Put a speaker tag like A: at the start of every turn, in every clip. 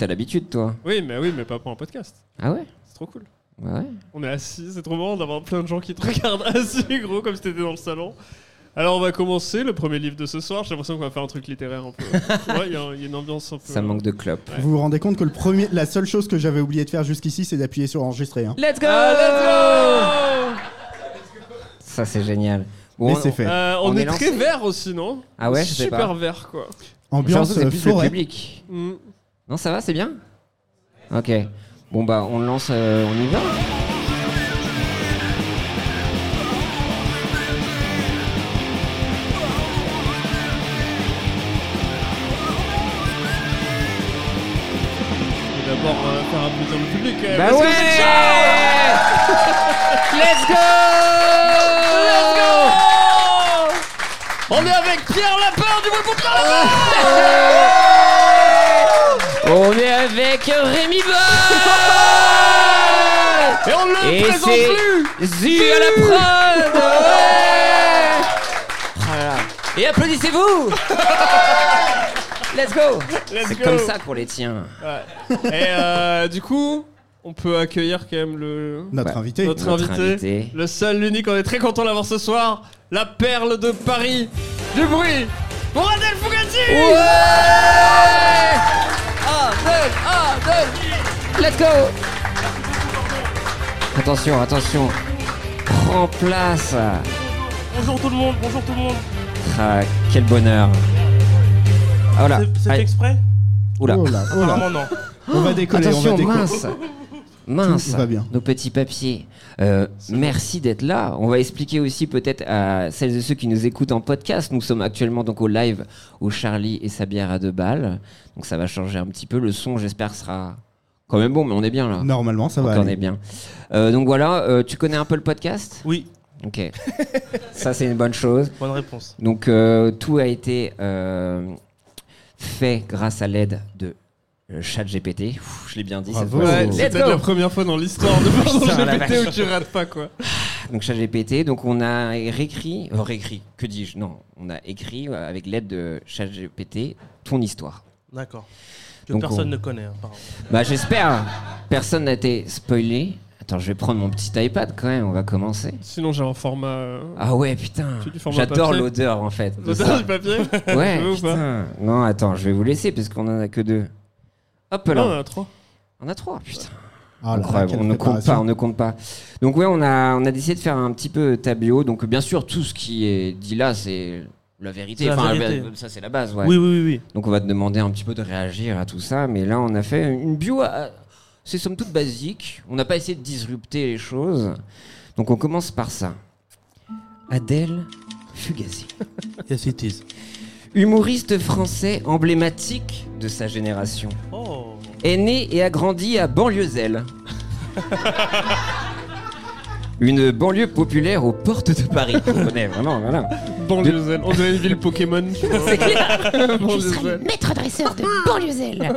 A: T'as l'habitude, toi
B: Oui, mais oui, mais pas pour un podcast.
A: Ah ouais
B: C'est trop cool.
A: Ouais.
B: On est assis, c'est trop marrant d'avoir plein de gens qui te regardent assis, gros, comme si t'étais dans le salon. Alors, on va commencer le premier livre de ce soir. J'ai l'impression qu'on va faire un truc littéraire un peu. Tu vois, Il y, a il y a une ambiance un peu. euh,
A: Ça manque de clopes.
C: Vous vous rendez compte que le premier, la seule chose que j'avais oublié de faire jusqu'ici, c'est d'appuyer sur enregistrer. hein.
A: Let's go
B: Ah, let's go
A: Ça, c'est génial. Bon,
C: Mais
A: on-
C: c'est fait.
B: Euh, on,
A: On
B: est,
A: est
B: très
A: lancé.
B: vert aussi, non
A: Ah ouais, je sais
B: Super
A: pas.
B: vert, quoi.
A: j'ai l'impression
C: Ambiance
A: que c'est
C: euh,
A: plus le
C: forêt.
A: public.
B: Mm.
A: Non, ça va, c'est bien Ok. Bon, bah, on lance, euh, on y va
B: On va D'abord, euh, faire un peu dans le public. quand même.
A: Bah
B: Parce que
A: ouais
B: c'est ciao
A: Let's go
B: On est avec Pierre Lapin du Web
A: Ah. On est avec Rémi Bonne
B: Et on ne le
A: Et
B: présente
A: c'est-
B: plus
A: Zu à la prod Ouais Oh là là. Et applaudissez-vous Let's go
B: Let's
A: C'est
B: go.
A: comme ça qu'on les tient.
B: Ouais. Et euh, du coup, on peut accueillir quand même le.
C: Notre
A: Ouais.
C: invité.
B: Notre,
A: Notre
B: invité,
A: invité.
B: le seul, l'unique, on est très content d'avoir ce soir, la perle de Paris, du bruit, pour Adèle Fugati
A: Let's go Attention, attention. Prends place.
D: Bonjour tout le monde, bonjour tout le monde.
A: Ah, quel bonheur. Ah, Voilà.
D: C'est- C'est
A: Allez.
D: exprès
A: Oula.
C: Oh là, oh là.
D: Apparemment non.
C: On va décoller, on
A: Attention,
C: va décoller.
A: mince Mince,
C: Tout va bien.
A: nos petits papiers. Euh, merci d'être là. On va expliquer aussi peut-être à celles et ceux qui nous écoutent en podcast. Nous sommes actuellement donc au live au Charlie et sa bière à deux balles. Donc ça va changer un petit peu. Le son, j'espère, sera quand même bon, mais on est bien là.
C: Normalement, ça
A: Donc,
C: va.
A: on
C: aller.
A: est bien. Euh, donc voilà, euh, tu connais un peu le podcast
D: Oui,
A: Ok. ça, c'est une bonne chose.
D: bonne réponse.
A: Donc euh, tout a été euh, fait grâce à l'aide de euh, ChatGPT. Ouf, Je l'ai bien dit cette
C: Bravo.
A: fois.
B: Ouais,
C: Let's
B: c'est peut-être
A: Oh. go.
B: la première fois dans l'histoire de Pardon
A: Putain, la
B: GPT où
A: vache.
B: tu rates pas quoi.
A: Donc ChatGPT, donc on a réécrit, euh, réécrit, que dis-je Non, on a écrit euh, avec l'aide de ChatGPT ton histoire.
D: D'accord. Que
A: Donc,
D: personne
A: on-
D: ne connaît. hein, apparemment.
A: Bah j'espère, personne n'a été spoilé. Attends, je vais prendre mon petit iPad quand même, on va commencer.
B: Sinon j'ai un format... euh,
A: Ah ouais, putain,
B: C'est du format
A: j'adore
B: papier.
A: l'odeur en fait. de
B: L'odeur
A: ça.
B: du papier Tu veux
A: Ouais,
B: ou pas
A: putain. Non, attends, je vais vous laisser parce qu'on en a que deux. Hop là.
B: Non, on en a trois.
A: On a trois, putain.
C: Ah là,
A: Incroyable,
C: quelle
A: on ne compte
C: préparation.
A: pas, on ne compte pas. Donc ouais, on a, on a décidé de faire un petit peu ta bio. Donc bien sûr, tout ce qui est dit là, c'est la vérité.
D: C'est la
A: Enfin,
D: vérité.
A: la- ça c'est la base, ouais.
D: Oui, oui, oui, oui.
A: Donc on va te demander un petit peu de réagir à tout ça. Mais là, on a fait une bio, à- c'est somme toute basique. On n'a pas essayé de disrupter les choses. Donc on commence par ça. Adèle Fugazi.
D: Yes it is.
A: Humoriste français emblématique de sa génération.
D: Oh.
A: est né et a grandi à Banlieusel. Une banlieue populaire aux portes de Paris. On connaît, vraiment, voilà.
B: Banlieusel. On dirait une ville Pokémon.
A: C'est clair. Je serai
B: Banlieusel.
A: le maître dresseur de Banlieusel.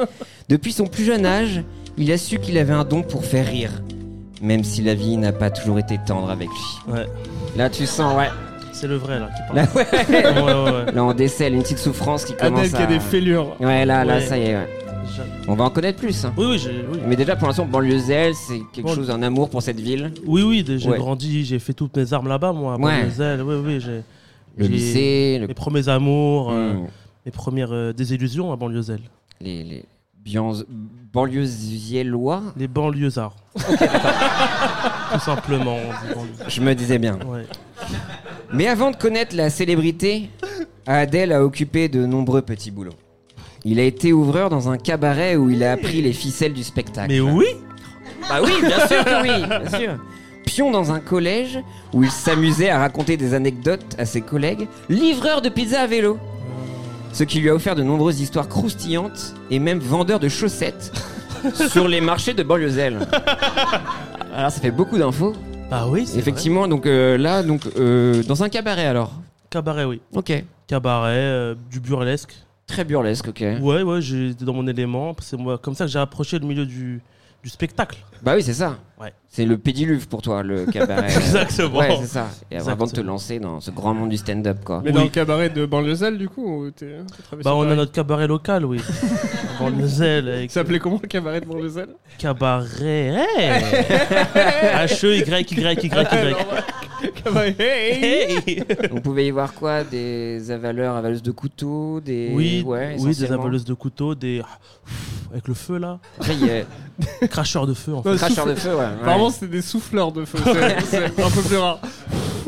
A: Depuis son plus jeune âge, il a su qu'il avait un don pour faire rire. Même si la vie n'a pas toujours été tendre avec lui.
D: Ouais.
A: Là, tu sens, ouais.
D: C'est le vrai là qui parle.
A: Là, ouais.
D: Ouais, ouais, ouais.
A: Là, on décèle une petite souffrance qui commence
B: Adèle qui
A: à...
B: a des fêlures.
A: Ouais, là, là,
D: Ouais.
A: ça y est. ouais.
D: J'a-
A: On va en connaître plus. hein.
D: Oui, oui, j'ai- oui.
A: Mais déjà, pour l'instant, Banlieusel, c'est quelque
D: Bon.
A: chose, un amour pour cette ville.
D: Oui, oui, de- j'ai
A: Ouais.
D: grandi, j'ai fait toutes mes armes là-bas, moi. à
A: Ouais.
D: Mademoiselle. Oui, oui, j'ai.
A: Le
D: j'ai
A: lycée, le
D: Mes premiers amours, euh,
A: Mm.
D: mes premières euh, désillusions à Banlieusel.
A: les, les bianz- banlieusielois,
D: Les banlieusards. Tout simplement. on dit banlieusards.
A: je me disais bien.
D: Ouais.
A: Mais avant de connaître la célébrité, Adèle a occupé de nombreux petits boulots. Il a été ouvreur dans un cabaret où il a appris les ficelles du spectacle.
D: Mais oui
A: Bah oui, bien sûr que oui, bien sûr. Pion dans un collège où il s'amusait à raconter des anecdotes à ses collègues. Livreur de pizza à vélo. ce qui lui a offert de nombreuses histoires croustillantes et même vendeur de chaussettes sur les marchés de Borliozel. Alors ça fait beaucoup d'infos.
D: Bah oui, c'est
A: Effectivement, donc euh, là, donc euh, dans un cabaret alors.
D: vrai. Cabaret, oui.
A: Ok.
D: Cabaret, euh, du burlesque.
A: Très burlesque, ok.
D: Ouais, ouais, j'étais dans mon élément. C'est moi, comme ça que j'ai approché le milieu du, du spectacle.
A: Bah oui, c'est ça.
D: Ouais.
A: C'est le pédiluve pour toi, le cabaret.
D: Exactement.
A: Ouais, c'est ça. Et avant
D: Exactement.
A: de te lancer dans ce grand monde du stand-up, quoi.
B: Mais dans le cabaret de Banlieusel, du coup, ou t'es t'as traversé
D: Bah, on a
B: Paris
D: notre cabaret local, oui. Dans le zèle, avec
B: Il s'appelait comment le cabaret de Banlieusel
D: cabaret. E H-E-Y-Y-Y-Y.
B: Cabaret. hey
D: Hey.
A: Vous pouvez y voir quoi Des avaleurs, avaleuses de couteaux, des.
D: Oui,
A: ouais,
D: oui des
A: essentiellement.
D: avaleuses de couteaux, des. Avec le feu là.
A: Après, il y a
D: Cracheur de feu en fait.
B: Ouais,
A: cracheur de
B: souffle-
A: feu, ouais. ouais.
B: Apparemment, c'est des souffleurs de feu. c'est- C'est un peu plus rare.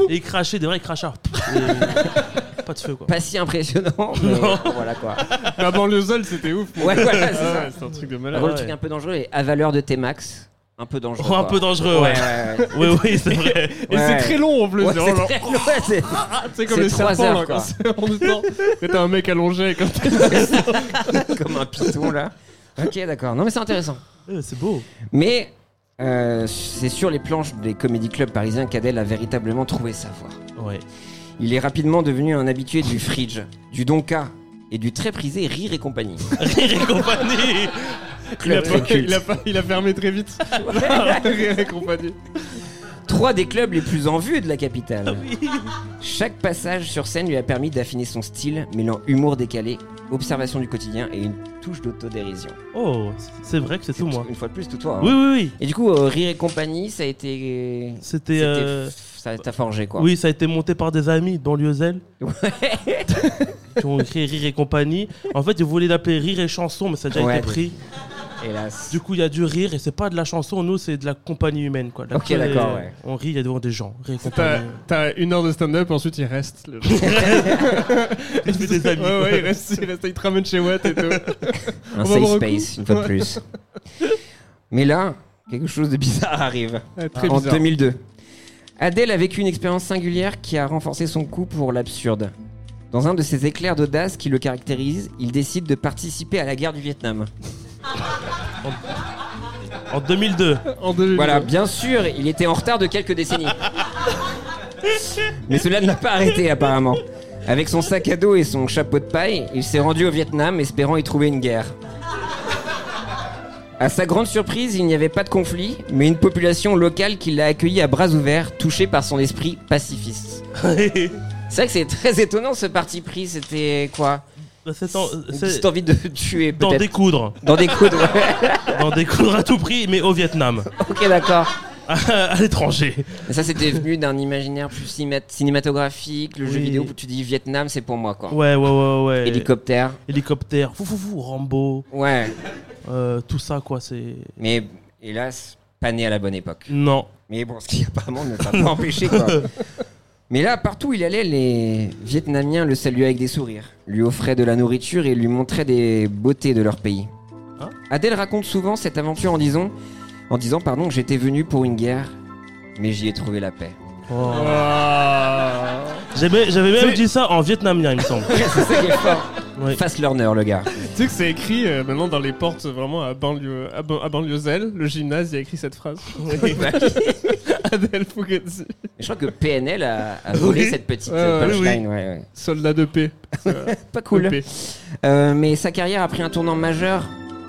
D: Et cracher, des vrais cracheurs. Et- Pas de feu quoi.
A: Pas si impressionnant, mais
D: Non.
A: voilà quoi.
B: Mais à Banlieusel, c'était ouf.
A: Ouais, voilà, c'est
B: Ah
A: ça.
B: ouais, c'est un truc de
A: Par
B: malade.
A: contre,
D: ouais.
A: le truc un peu dangereux, les avaleurs de T-Max. Un peu dangereux.
D: Oh, un
A: quoi.
D: peu dangereux, ouais.
A: Ouais, ouais, ouais.
D: Oui, oui, c'est vrai.
B: Et c'est
A: Ouais.
B: très long en plus.
A: Ouais,
B: c'est vraiment-
A: c'est très- ouais, c'est-
B: C'est comme
A: c'est
B: les
A: trois
B: serpents
A: heures,
B: là, quand
A: quoi.
B: c'est en même temps. Et T'as un mec allongé quand t'es
A: comme un piton là. Ok, d'accord. Non, mais c'est intéressant.
D: Eh, C'est beau.
A: Mais euh, c'est sur les planches des comédie clubs parisiens qu'Adèle a véritablement trouvé sa voie.
D: Ouais.
A: Il est rapidement devenu un habitué du Fridge, du Donka et du très prisé Rire et compagnie.
D: Rire et compagnie.
B: il a,
A: Club
B: pas,
A: très culte.
B: il, a pas- il a fermé très vite. Rire et compagnie.
A: Trois des clubs les plus en vue de la capitale.
D: Ah Oui.
A: Chaque passage sur scène lui a permis d'affiner son style, mêlant humour décalé, observation du quotidien et une touche d'autodérision.
D: Oh, c'est vrai que c'est tout moi.
A: Une fois de plus, tout toi. hein.
D: Oui, oui, oui.
A: Et du coup, euh, Rire et compagnie, ça a été.
D: C'était.
A: c'était-
D: euh,
A: Ça t'a forgé quoi.
D: Oui, ça a été monté par des amis dans l'UEZEL. qui ont écrit Rire et compagnie. En fait, ils voulaient l'appeler Rire et chanson, mais ça a déjà
A: Ouais.
D: été pris.
A: Hélas.
D: Du coup, il y a du rire et c'est pas de la chanson, nous, c'est de la compagnie humaine. Quoi. La
A: Ok,
D: pure-
A: d'accord, ouais.
D: On rit, il y a devant des gens. Rire et
B: T'as
D: compagnie.
B: t'as une heure de stand-up, ensuite il reste. Le...
D: Il fait des amis.
B: Ouais,
D: quoi.
B: ouais, il reste, il reste, il te ramène chez Watt et tout.
A: Un
B: On va
A: safe
B: voir un
A: space,
B: coup.
A: une fois de
B: Ouais.
A: plus. Mais là, quelque chose de bizarre arrive.
B: Ouais, très
A: en
B: bizarre.
A: 2002. Adèle a vécu une expérience singulière qui a renforcé son goût pour l'absurde. Dans un de ses éclairs d'audace qui le caractérise, il décide de participer à la guerre du Vietnam.
D: En 2002.
B: En 2000.
A: Voilà, bien sûr, il était en retard de quelques décennies. Mais cela ne l'a pas arrêté apparemment. Avec son sac à dos et son chapeau de paille, il s'est rendu au Vietnam espérant y trouver une guerre. À sa grande surprise, il n'y avait pas de conflit, mais une population locale qui l'a accueilli à bras ouverts, touchée par son esprit pacifiste.
D: Bah,
A: C'est vrai que c'est très étonnant ce parti pris, c'était quoi
D: c'est en- c'est
A: Cette envie de tuer
D: d'en
A: peut-être
D: découdre.
A: Dans des coudes, ouais.
D: D'en découdre à tout prix, mais au Vietnam.
A: Ok d'accord.
D: à l'étranger.
A: Mais ça, c'était venu d'un imaginaire plus cinéma- cinématographique, le jeu
D: Oui.
A: vidéo où tu dis Vietnam, c'est pour moi, quoi.
D: Ouais, ouais, ouais, ouais.
A: Hélicoptère,
D: Hélicoptère, fou, fou, fou, Rambo,
A: ouais.
D: euh, tout ça, quoi, c'est...
A: Mais hélas, pas né à la bonne époque.
D: Non.
A: Mais bon, ce qui apparemment ne t'a pas empêché, quoi. Mais là, partout où il allait, les Vietnamiens le saluaient avec des sourires, lui offraient de la nourriture et lui montraient des beautés de leur pays.
D: Hein
A: Adèle raconte souvent cette aventure en disant, en disant pardon, j'étais venu pour une guerre, mais j'y ai trouvé la paix.
D: Oh.
B: Waouh.
D: J'aimais- J'avais même
B: C'est-
D: dit ça en vietnamien, il me semble.
A: c'est ça qui est fort.
D: Ouais.
A: Fasse l'honneur, le gars.
B: Tu sais que c'est écrit euh, maintenant dans les portes vraiment à banlieue à, ban- à banlieusel, le gymnase, il y a écrit cette phrase. Adèle Fugazi,
A: Je crois que PNL a, a volé
B: Oui.
A: cette petite
B: Ouais,
A: euh,
B: ouais,
A: punchline. ouais, ouais.
B: soldat de paix.
A: Pas cool.
B: De paix.
A: Euh, mais sa carrière a pris un tournant majeur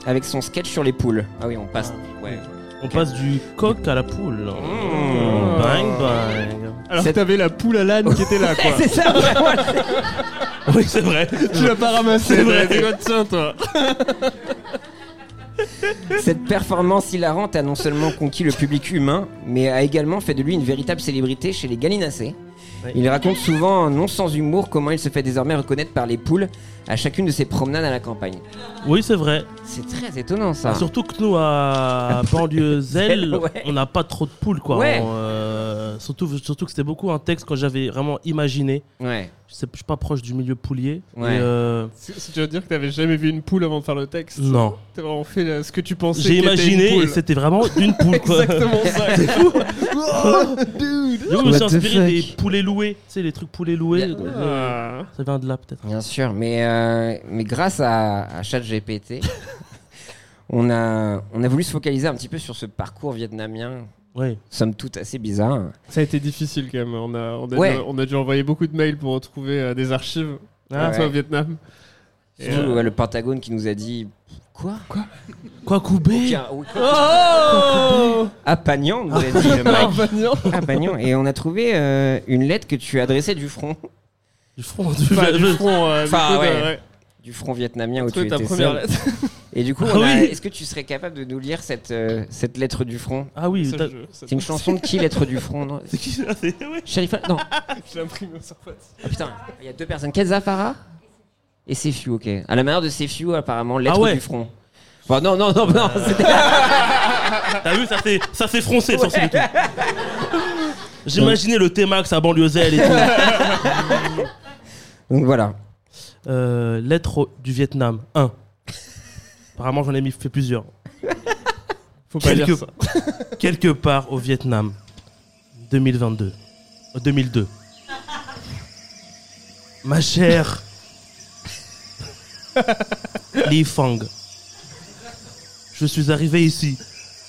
A: avec son sketch sur les poules. Ah oui, on passe. Ouais.
D: On passe du coq à la poule.
A: Mmh.
D: Bang, bang.
B: Alors
A: Cette-
B: Ah, t'avais la poule à l'âne qui était là quoi.
A: C'est ça, vraiment.
D: Oui, c'est vrai.
B: tu l'as pas ramassé.
D: C'est vrai.
B: t'as dit, Oh, tiens toi.
A: Cette performance hilarante a non seulement conquis le public humain, mais a également fait de lui une véritable célébrité chez les gallinacés.
D: Ouais.
A: Il raconte souvent, non sans humour, comment il se fait désormais reconnaître par les poules à chacune de ses promenades à la campagne.
D: Oui, c'est vrai.
A: C'est très étonnant
D: Ah,
A: ça.
D: Surtout que nous, à banlieue Zelle,
A: Ah. Ouais.
D: on n'a pas trop de poules, quoi.
A: Ouais.
D: On, euh, euh, surtout, surtout que c'était beaucoup un texte que j'avais vraiment imaginé.
A: Ouais.
D: Je sais- je suis pas proche du milieu poulier.
A: Ouais.
D: et, euh,
B: Si, si tu veux dire que t'avais jamais vu une poule avant de faire le texte,
D: non.
B: t'as vraiment fait euh, ce que tu pensais.
D: J'ai
B: qu'était une
D: imaginé et
B: poule.
D: c'était vraiment une poule. Quoi.
B: Exactement ça.
D: Du coup, je me
A: What
D: suis
A: the
D: inspiré des
A: fuck
D: poulets loués. Tu sais, les trucs poulets loués.
A: Yeah.
D: euh,
B: Ah.
D: Ça vient de là, peut-être.
A: Bien sûr, mais, euh, mais grâce à, à ChatGPT, on, a, on a voulu se focaliser un petit peu sur ce parcours vietnamien,
D: Oui.
A: somme toute assez bizarre.
B: Ça a été difficile quand même. On a, on a,
A: Ouais.
B: dû, on a dû envoyer beaucoup de mails pour retrouver euh, des archives
D: Ah,
B: soit au Vietnam. Et,
A: Surtout,
B: euh,
A: ouais, le Pentagone qui nous a dit Quoi
D: Quoi, Koubé
A: Aucun- aucun-
D: Oh
A: À Pagnan, on nous a dit le mec. À Pagnan. Et on a trouvé euh, une lettre que tu adressais du front,
D: Du front, du
B: Enfin, du
D: je-
B: front, euh, du
A: Enfin,
B: coup,
A: ouais.
B: euh, ouais.
A: du front
D: Oh,
A: vietnamien où tu
B: Trouver ta
A: étais
B: première
A: seul.
B: lettre.
A: Et du coup, on a-
D: Ah oui.
A: est-ce que tu serais capable de nous lire cette, euh, cette lettre du front
D: Ah oui,
B: Ça,
D: t'as-
B: je- ça,
A: C'est une chanson de qui, lettre du front non
D: c'est qui ça C'est- ouais.
A: Sheriff- Non,
B: Je l'imprime sur face.
A: Ah putain, il y a deux personnes. Kenza Farah et Sefiu, ok. À la manière de Sefiu, apparemment, l'être
D: Ah ouais. Euh.
A: du front. Enfin, non, non, non, non. c'était-
D: T'as vu, ça s'est- ça s'est froncé sur ce tout. J'imaginais le T-Max à Banlieusel et tout.
A: Donc voilà.
D: Euh, lettre au- du Vietnam, 1. Apparemment, j'en ai mis, fait plusieurs.
B: Faut pas
D: Quelque,
B: lire ça.
D: quelque part au Vietnam, 2022. euh, 2002. Ma chère. Li Fang. Je suis arrivé ici,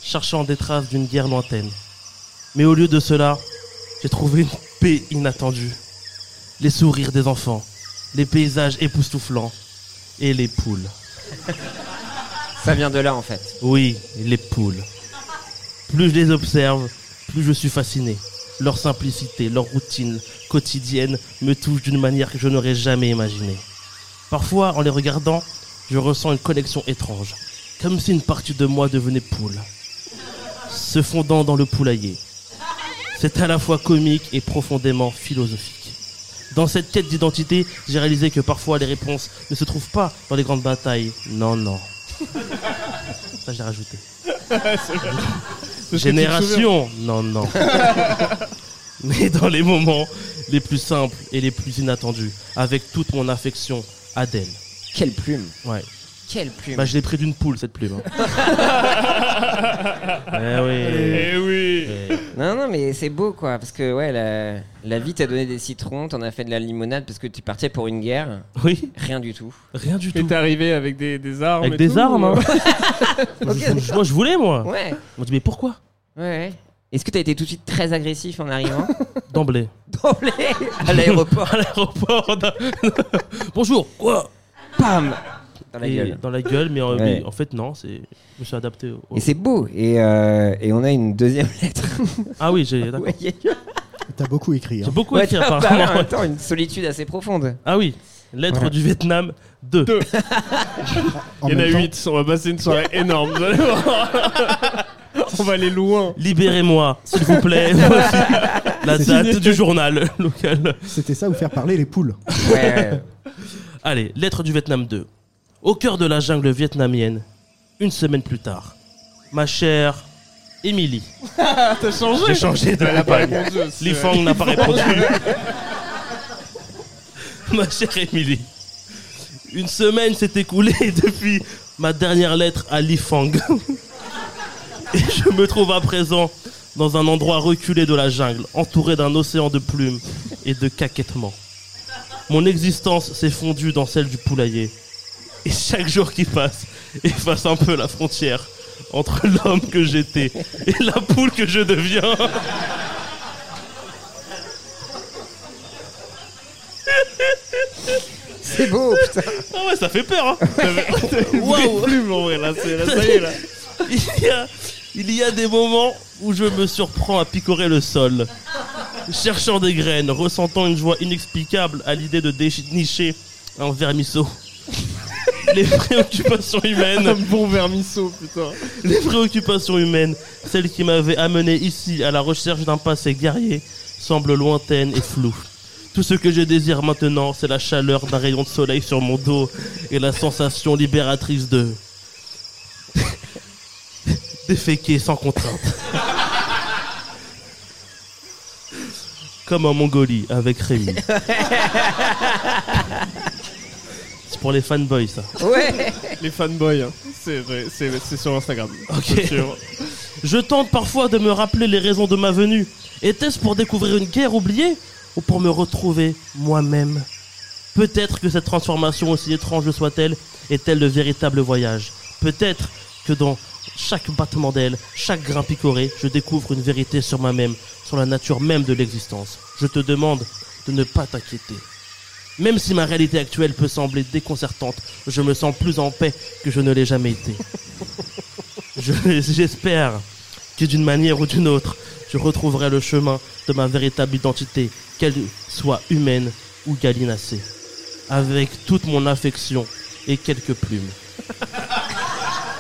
D: cherchant des traces d'une guerre lointaine. Mais au lieu de cela, j'ai trouvé une paix inattendue. Les sourires des enfants, les paysages époustouflants et les poules.
A: Ça vient de là, en fait.
D: Oui, les poules. Plus je les observe, plus je suis fasciné. Leur simplicité, leur routine quotidienne me touche d'une manière que je n'aurais jamais imaginée. Parfois, en les regardant, je ressens une connexion étrange, comme si une partie de moi devenait poule, se fondant dans le poulailler. C'est à la fois comique et profondément philosophique. Dans cette quête d'identité, j'ai réalisé que parfois les réponses ne se trouvent pas dans les grandes batailles. Non, non. Ça, j'ai rajouté.
B: que tu te
D: Génération Non, non. Mais dans les moments les plus simples et les plus inattendus, avec toute mon affection, Adèle.
A: Quelle plume.
D: Ouais.
A: Quelle plume.
D: Bah, je l'ai pris d'une poule, cette plume. hein. eh oui.
B: Eh oui.
D: Eh.
A: Non, non, mais c'est beau, quoi. Parce que, ouais, la, la vie t'a donné des citrons, t'en as fait de la limonade parce que tu partais pour une guerre.
D: Oui,
A: Rien du tout.
D: rien du
B: Et
D: tout.
B: t'es arrivé avec des, des armes.
D: Avec
B: et
D: des
B: tout,
D: armes.
B: ou- euh
D: hein. Moi, je-
A: Ok.
D: moi, je voulais, moi.
A: Ouais, ouais,
D: On dit, mais pourquoi
A: ouais. Est-ce que t'as été tout de suite très agressif en arrivant
D: D'emblée.
A: D'emblée À l'aéroport.
D: À l'aéroport. d'un- Bonjour. Quoi
A: Pam Dans la
D: Et
A: gueule.
D: Dans la gueule, mais euh,
A: Ouais.
D: mais en fait, non. c'est- Je me suis adapté. au-
A: Et c'est beau. Et, euh, et on a une deuxième lettre.
D: Ah oui, j'ai d'accord.
A: Ouais,
C: T'as beaucoup écrit. hein.
D: J'ai beaucoup
A: Ouais,
D: écrit,
A: t'as- bah, en
D: apparemment.
A: même temps, une solitude assez profonde.
D: Ah oui, lettre
A: Ouais.
D: du Vietnam 2.
B: Deux.
C: En
B: Il y en a
C: même temps,
B: 8, on va passer une soirée énorme. vous allez voir. on va aller loin.
D: Libérez-moi, s'il vous plaît. Voici la date du journal local.
C: C'était ça ou faire parler les poules.
A: Ouais, ouais.
D: Allez, lettre du Vietnam 2. Au cœur de la jungle vietnamienne, une semaine plus tard. Ma chère Émilie.
B: T'as changé
D: J'ai changé de
B: Elle a pas
D: compagne.
B: répondu aussi,
D: Li
B: ouais.
D: Fang n'a pas répondu. ma chère Émilie, une semaine s'est écoulée depuis ma dernière lettre à Li Fang. Et je me trouve à présent dans un endroit reculé de la jungle, entouré d'un océan de plumes et de caquettements. Mon existence s'est fondue dans celle du poulailler. Et chaque jour qui passe efface un peu la frontière entre l'homme que j'étais et la poule que je deviens.
A: C'est beau, putain.
D: Ah ouais, ça fait peur, hein
B: Waouh.
D: Waouh.
B: Plume, en vrai, là, c'est- là, ça y est, là.
D: il, y a, il y a des moments où je me surprends à picorer le sol, cherchant des graines, ressentant une joie inexplicable à l'idée de dénicher un vermisseau. Les préoccupations
B: Un
D: humaines,
B: bon vermisseau, putain.
D: les préoccupations humaines, celles qui m'avaient amené ici à la recherche d'un passé guerrier, semblent lointaines et floues. Tout ce que je désire maintenant, c'est la chaleur d'un rayon de soleil sur mon dos et la sensation libératrice de. déféquer sans contrainte. Comme en Mongolie avec Rémi. C'est pour les fanboys, ça.
A: Ouais
B: Les fanboys, hein. c'est vrai, c'est c'est sur Instagram.
D: Ok.
B: C'est sûr.
D: Je tente parfois de me rappeler les raisons de ma venue. Était-ce pour découvrir une guerre oubliée ou pour me retrouver moi-même Peut-être que cette transformation, aussi étrange soit-elle, est-elle le véritable voyage. Peut-être que dans chaque battement d'aile, chaque grain picoré, je découvre une vérité sur moi-même, sur la nature même de l'existence. Je te demande de ne pas t'inquiéter. Même si ma réalité actuelle peut sembler déconcertante, je me sens plus en paix que je ne l'ai jamais été. Je- J'espère que d'une manière ou d'une autre, je retrouverai le chemin de ma véritable identité, qu'elle soit humaine ou gallinacée, avec toute mon affection et quelques plumes.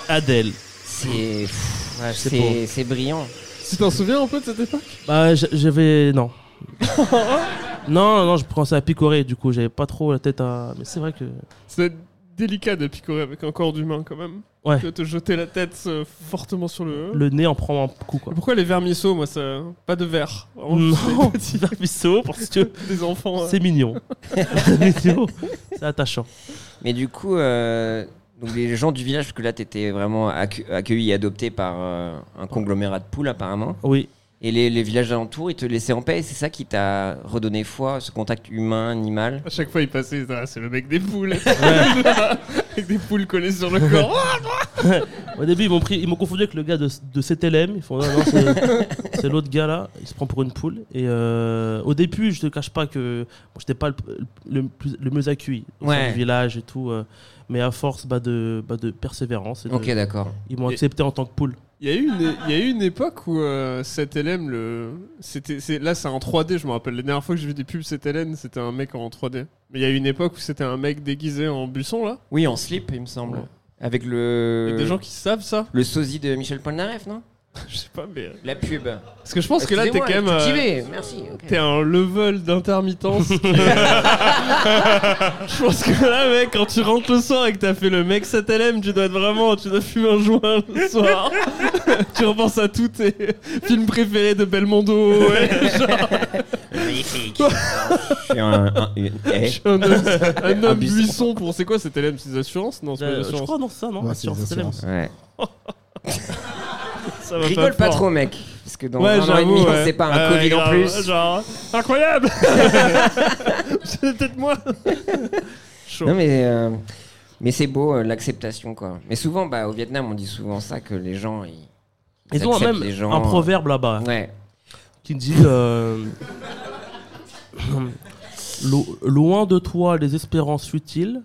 D: Adèle.
A: C'est
D: Ouais, c'est beau.
A: c'est- c'est brillant.
B: Tu t'en souviens un peu de cette époque
D: Bah, je, je vais. Non. non, non, je pensais à picorer, du coup, j'avais pas trop la tête à. Mais c'est vrai que.
B: C'est délicat de picorer avec un corps d'humain quand même.
D: Ouais.
B: De te jeter la tête euh, fortement sur le.
D: Le nez en prend un coup, quoi.
B: Pourquoi les vermisseaux, moi, ça. Pas de verre. Vraiment,
D: Non,
B: juste
D: petit vermisseau, parce que
B: Des enfants. euh.
D: c'est mignon. C'est mignon. C'est attachant.
A: Mais du coup, euh, donc les gens du village, parce que là, t'étais vraiment accue- accueilli et adopté par euh, un conglomérat de poules, apparemment.
D: Oui.
A: Et les, les villages alentours, ils te laissaient en paix. et C'est ça qui t'a redonné foi, ce contact humain, animal.
B: À chaque fois, il passait, il disait, ah, c'est le mec des poules. avec des poules collées sur le corps.
D: Au début, ils m'ont pris, ils m'ont confondu avec le gars de, de CTLM. Ils font non, non, c'est, c'est l'autre gars là. Il se prend pour une poule. Et euh, au début, je te cache pas que bon, j'étais pas le, le, plus- le mieux accueilli au sein
A: Ouais.
D: du village et tout. euh, mais à force bah, de, bah, de persévérance, et de-
A: Ok, d'accord.
D: ils m'ont
B: Et-
D: accepté en tant que poule.
B: Il y, a eu une, il y a eu une époque où euh, cet LM, le... c'était, c'est... là c'est en 3D, je me rappelle. La dernière fois que j'ai vu des pubs cet LN, c'était un mec en 3D. Mais il y a eu une époque où c'était un mec déguisé en buisson, là.
A: Oui, en slip, il me semble.
B: Ouais.
A: Avec
B: Il y
A: le.
B: a des gens qui savent ça.
A: Le sosie de Michel Polnareff, non
B: je sais pas, mais. euh,
A: La pub.
B: Parce que je pense que là, t'es quand même. euh,
A: Cultivé, merci. ok.
B: T'es à un level d'intermittence. qui est- Je pense que là, mec, quand tu rentres le soir et que t'as fait le mec STLM, tu dois être vraiment, tu dois fumer un joint le soir. tu repenses à tous tes films préférés de Belmondo. ouais, genre,
A: Magnifique. Je suis un- un- une- eh.
B: un homme, un
A: Un
B: homme
A: buisson.
B: buisson pour. C'est quoi STLM C'est des assurances Non, c'est pas des
D: Euh, je
B: assurances.
D: crois non ça non.
C: Ouais, c'est
D: Assurance,
C: les
D: CTLM.
C: assurances.
A: Ouais.
B: Ça va
A: Rigole pas
B: fort.
A: trop, mec. Parce que dans
B: Ouais,
A: un an et
B: j'avoue.
A: demi, on
B: ouais.
A: sait pas
B: Ah
A: un
B: ouais,
A: Covid en
B: grave,
A: plus.
B: genre, incroyable C'est peut-être moi
A: Non, mais, euh, mais c'est beau euh, l'acceptation, quoi. Mais souvent, bah, au Vietnam, on dit souvent ça que les gens. Ils, ils
D: Ils ont
A: acceptent
D: même
A: les gens,
D: un
A: euh,
D: proverbe là-bas
A: Ouais.
D: qui dit euh, Lo- loin de toi les espérances futiles,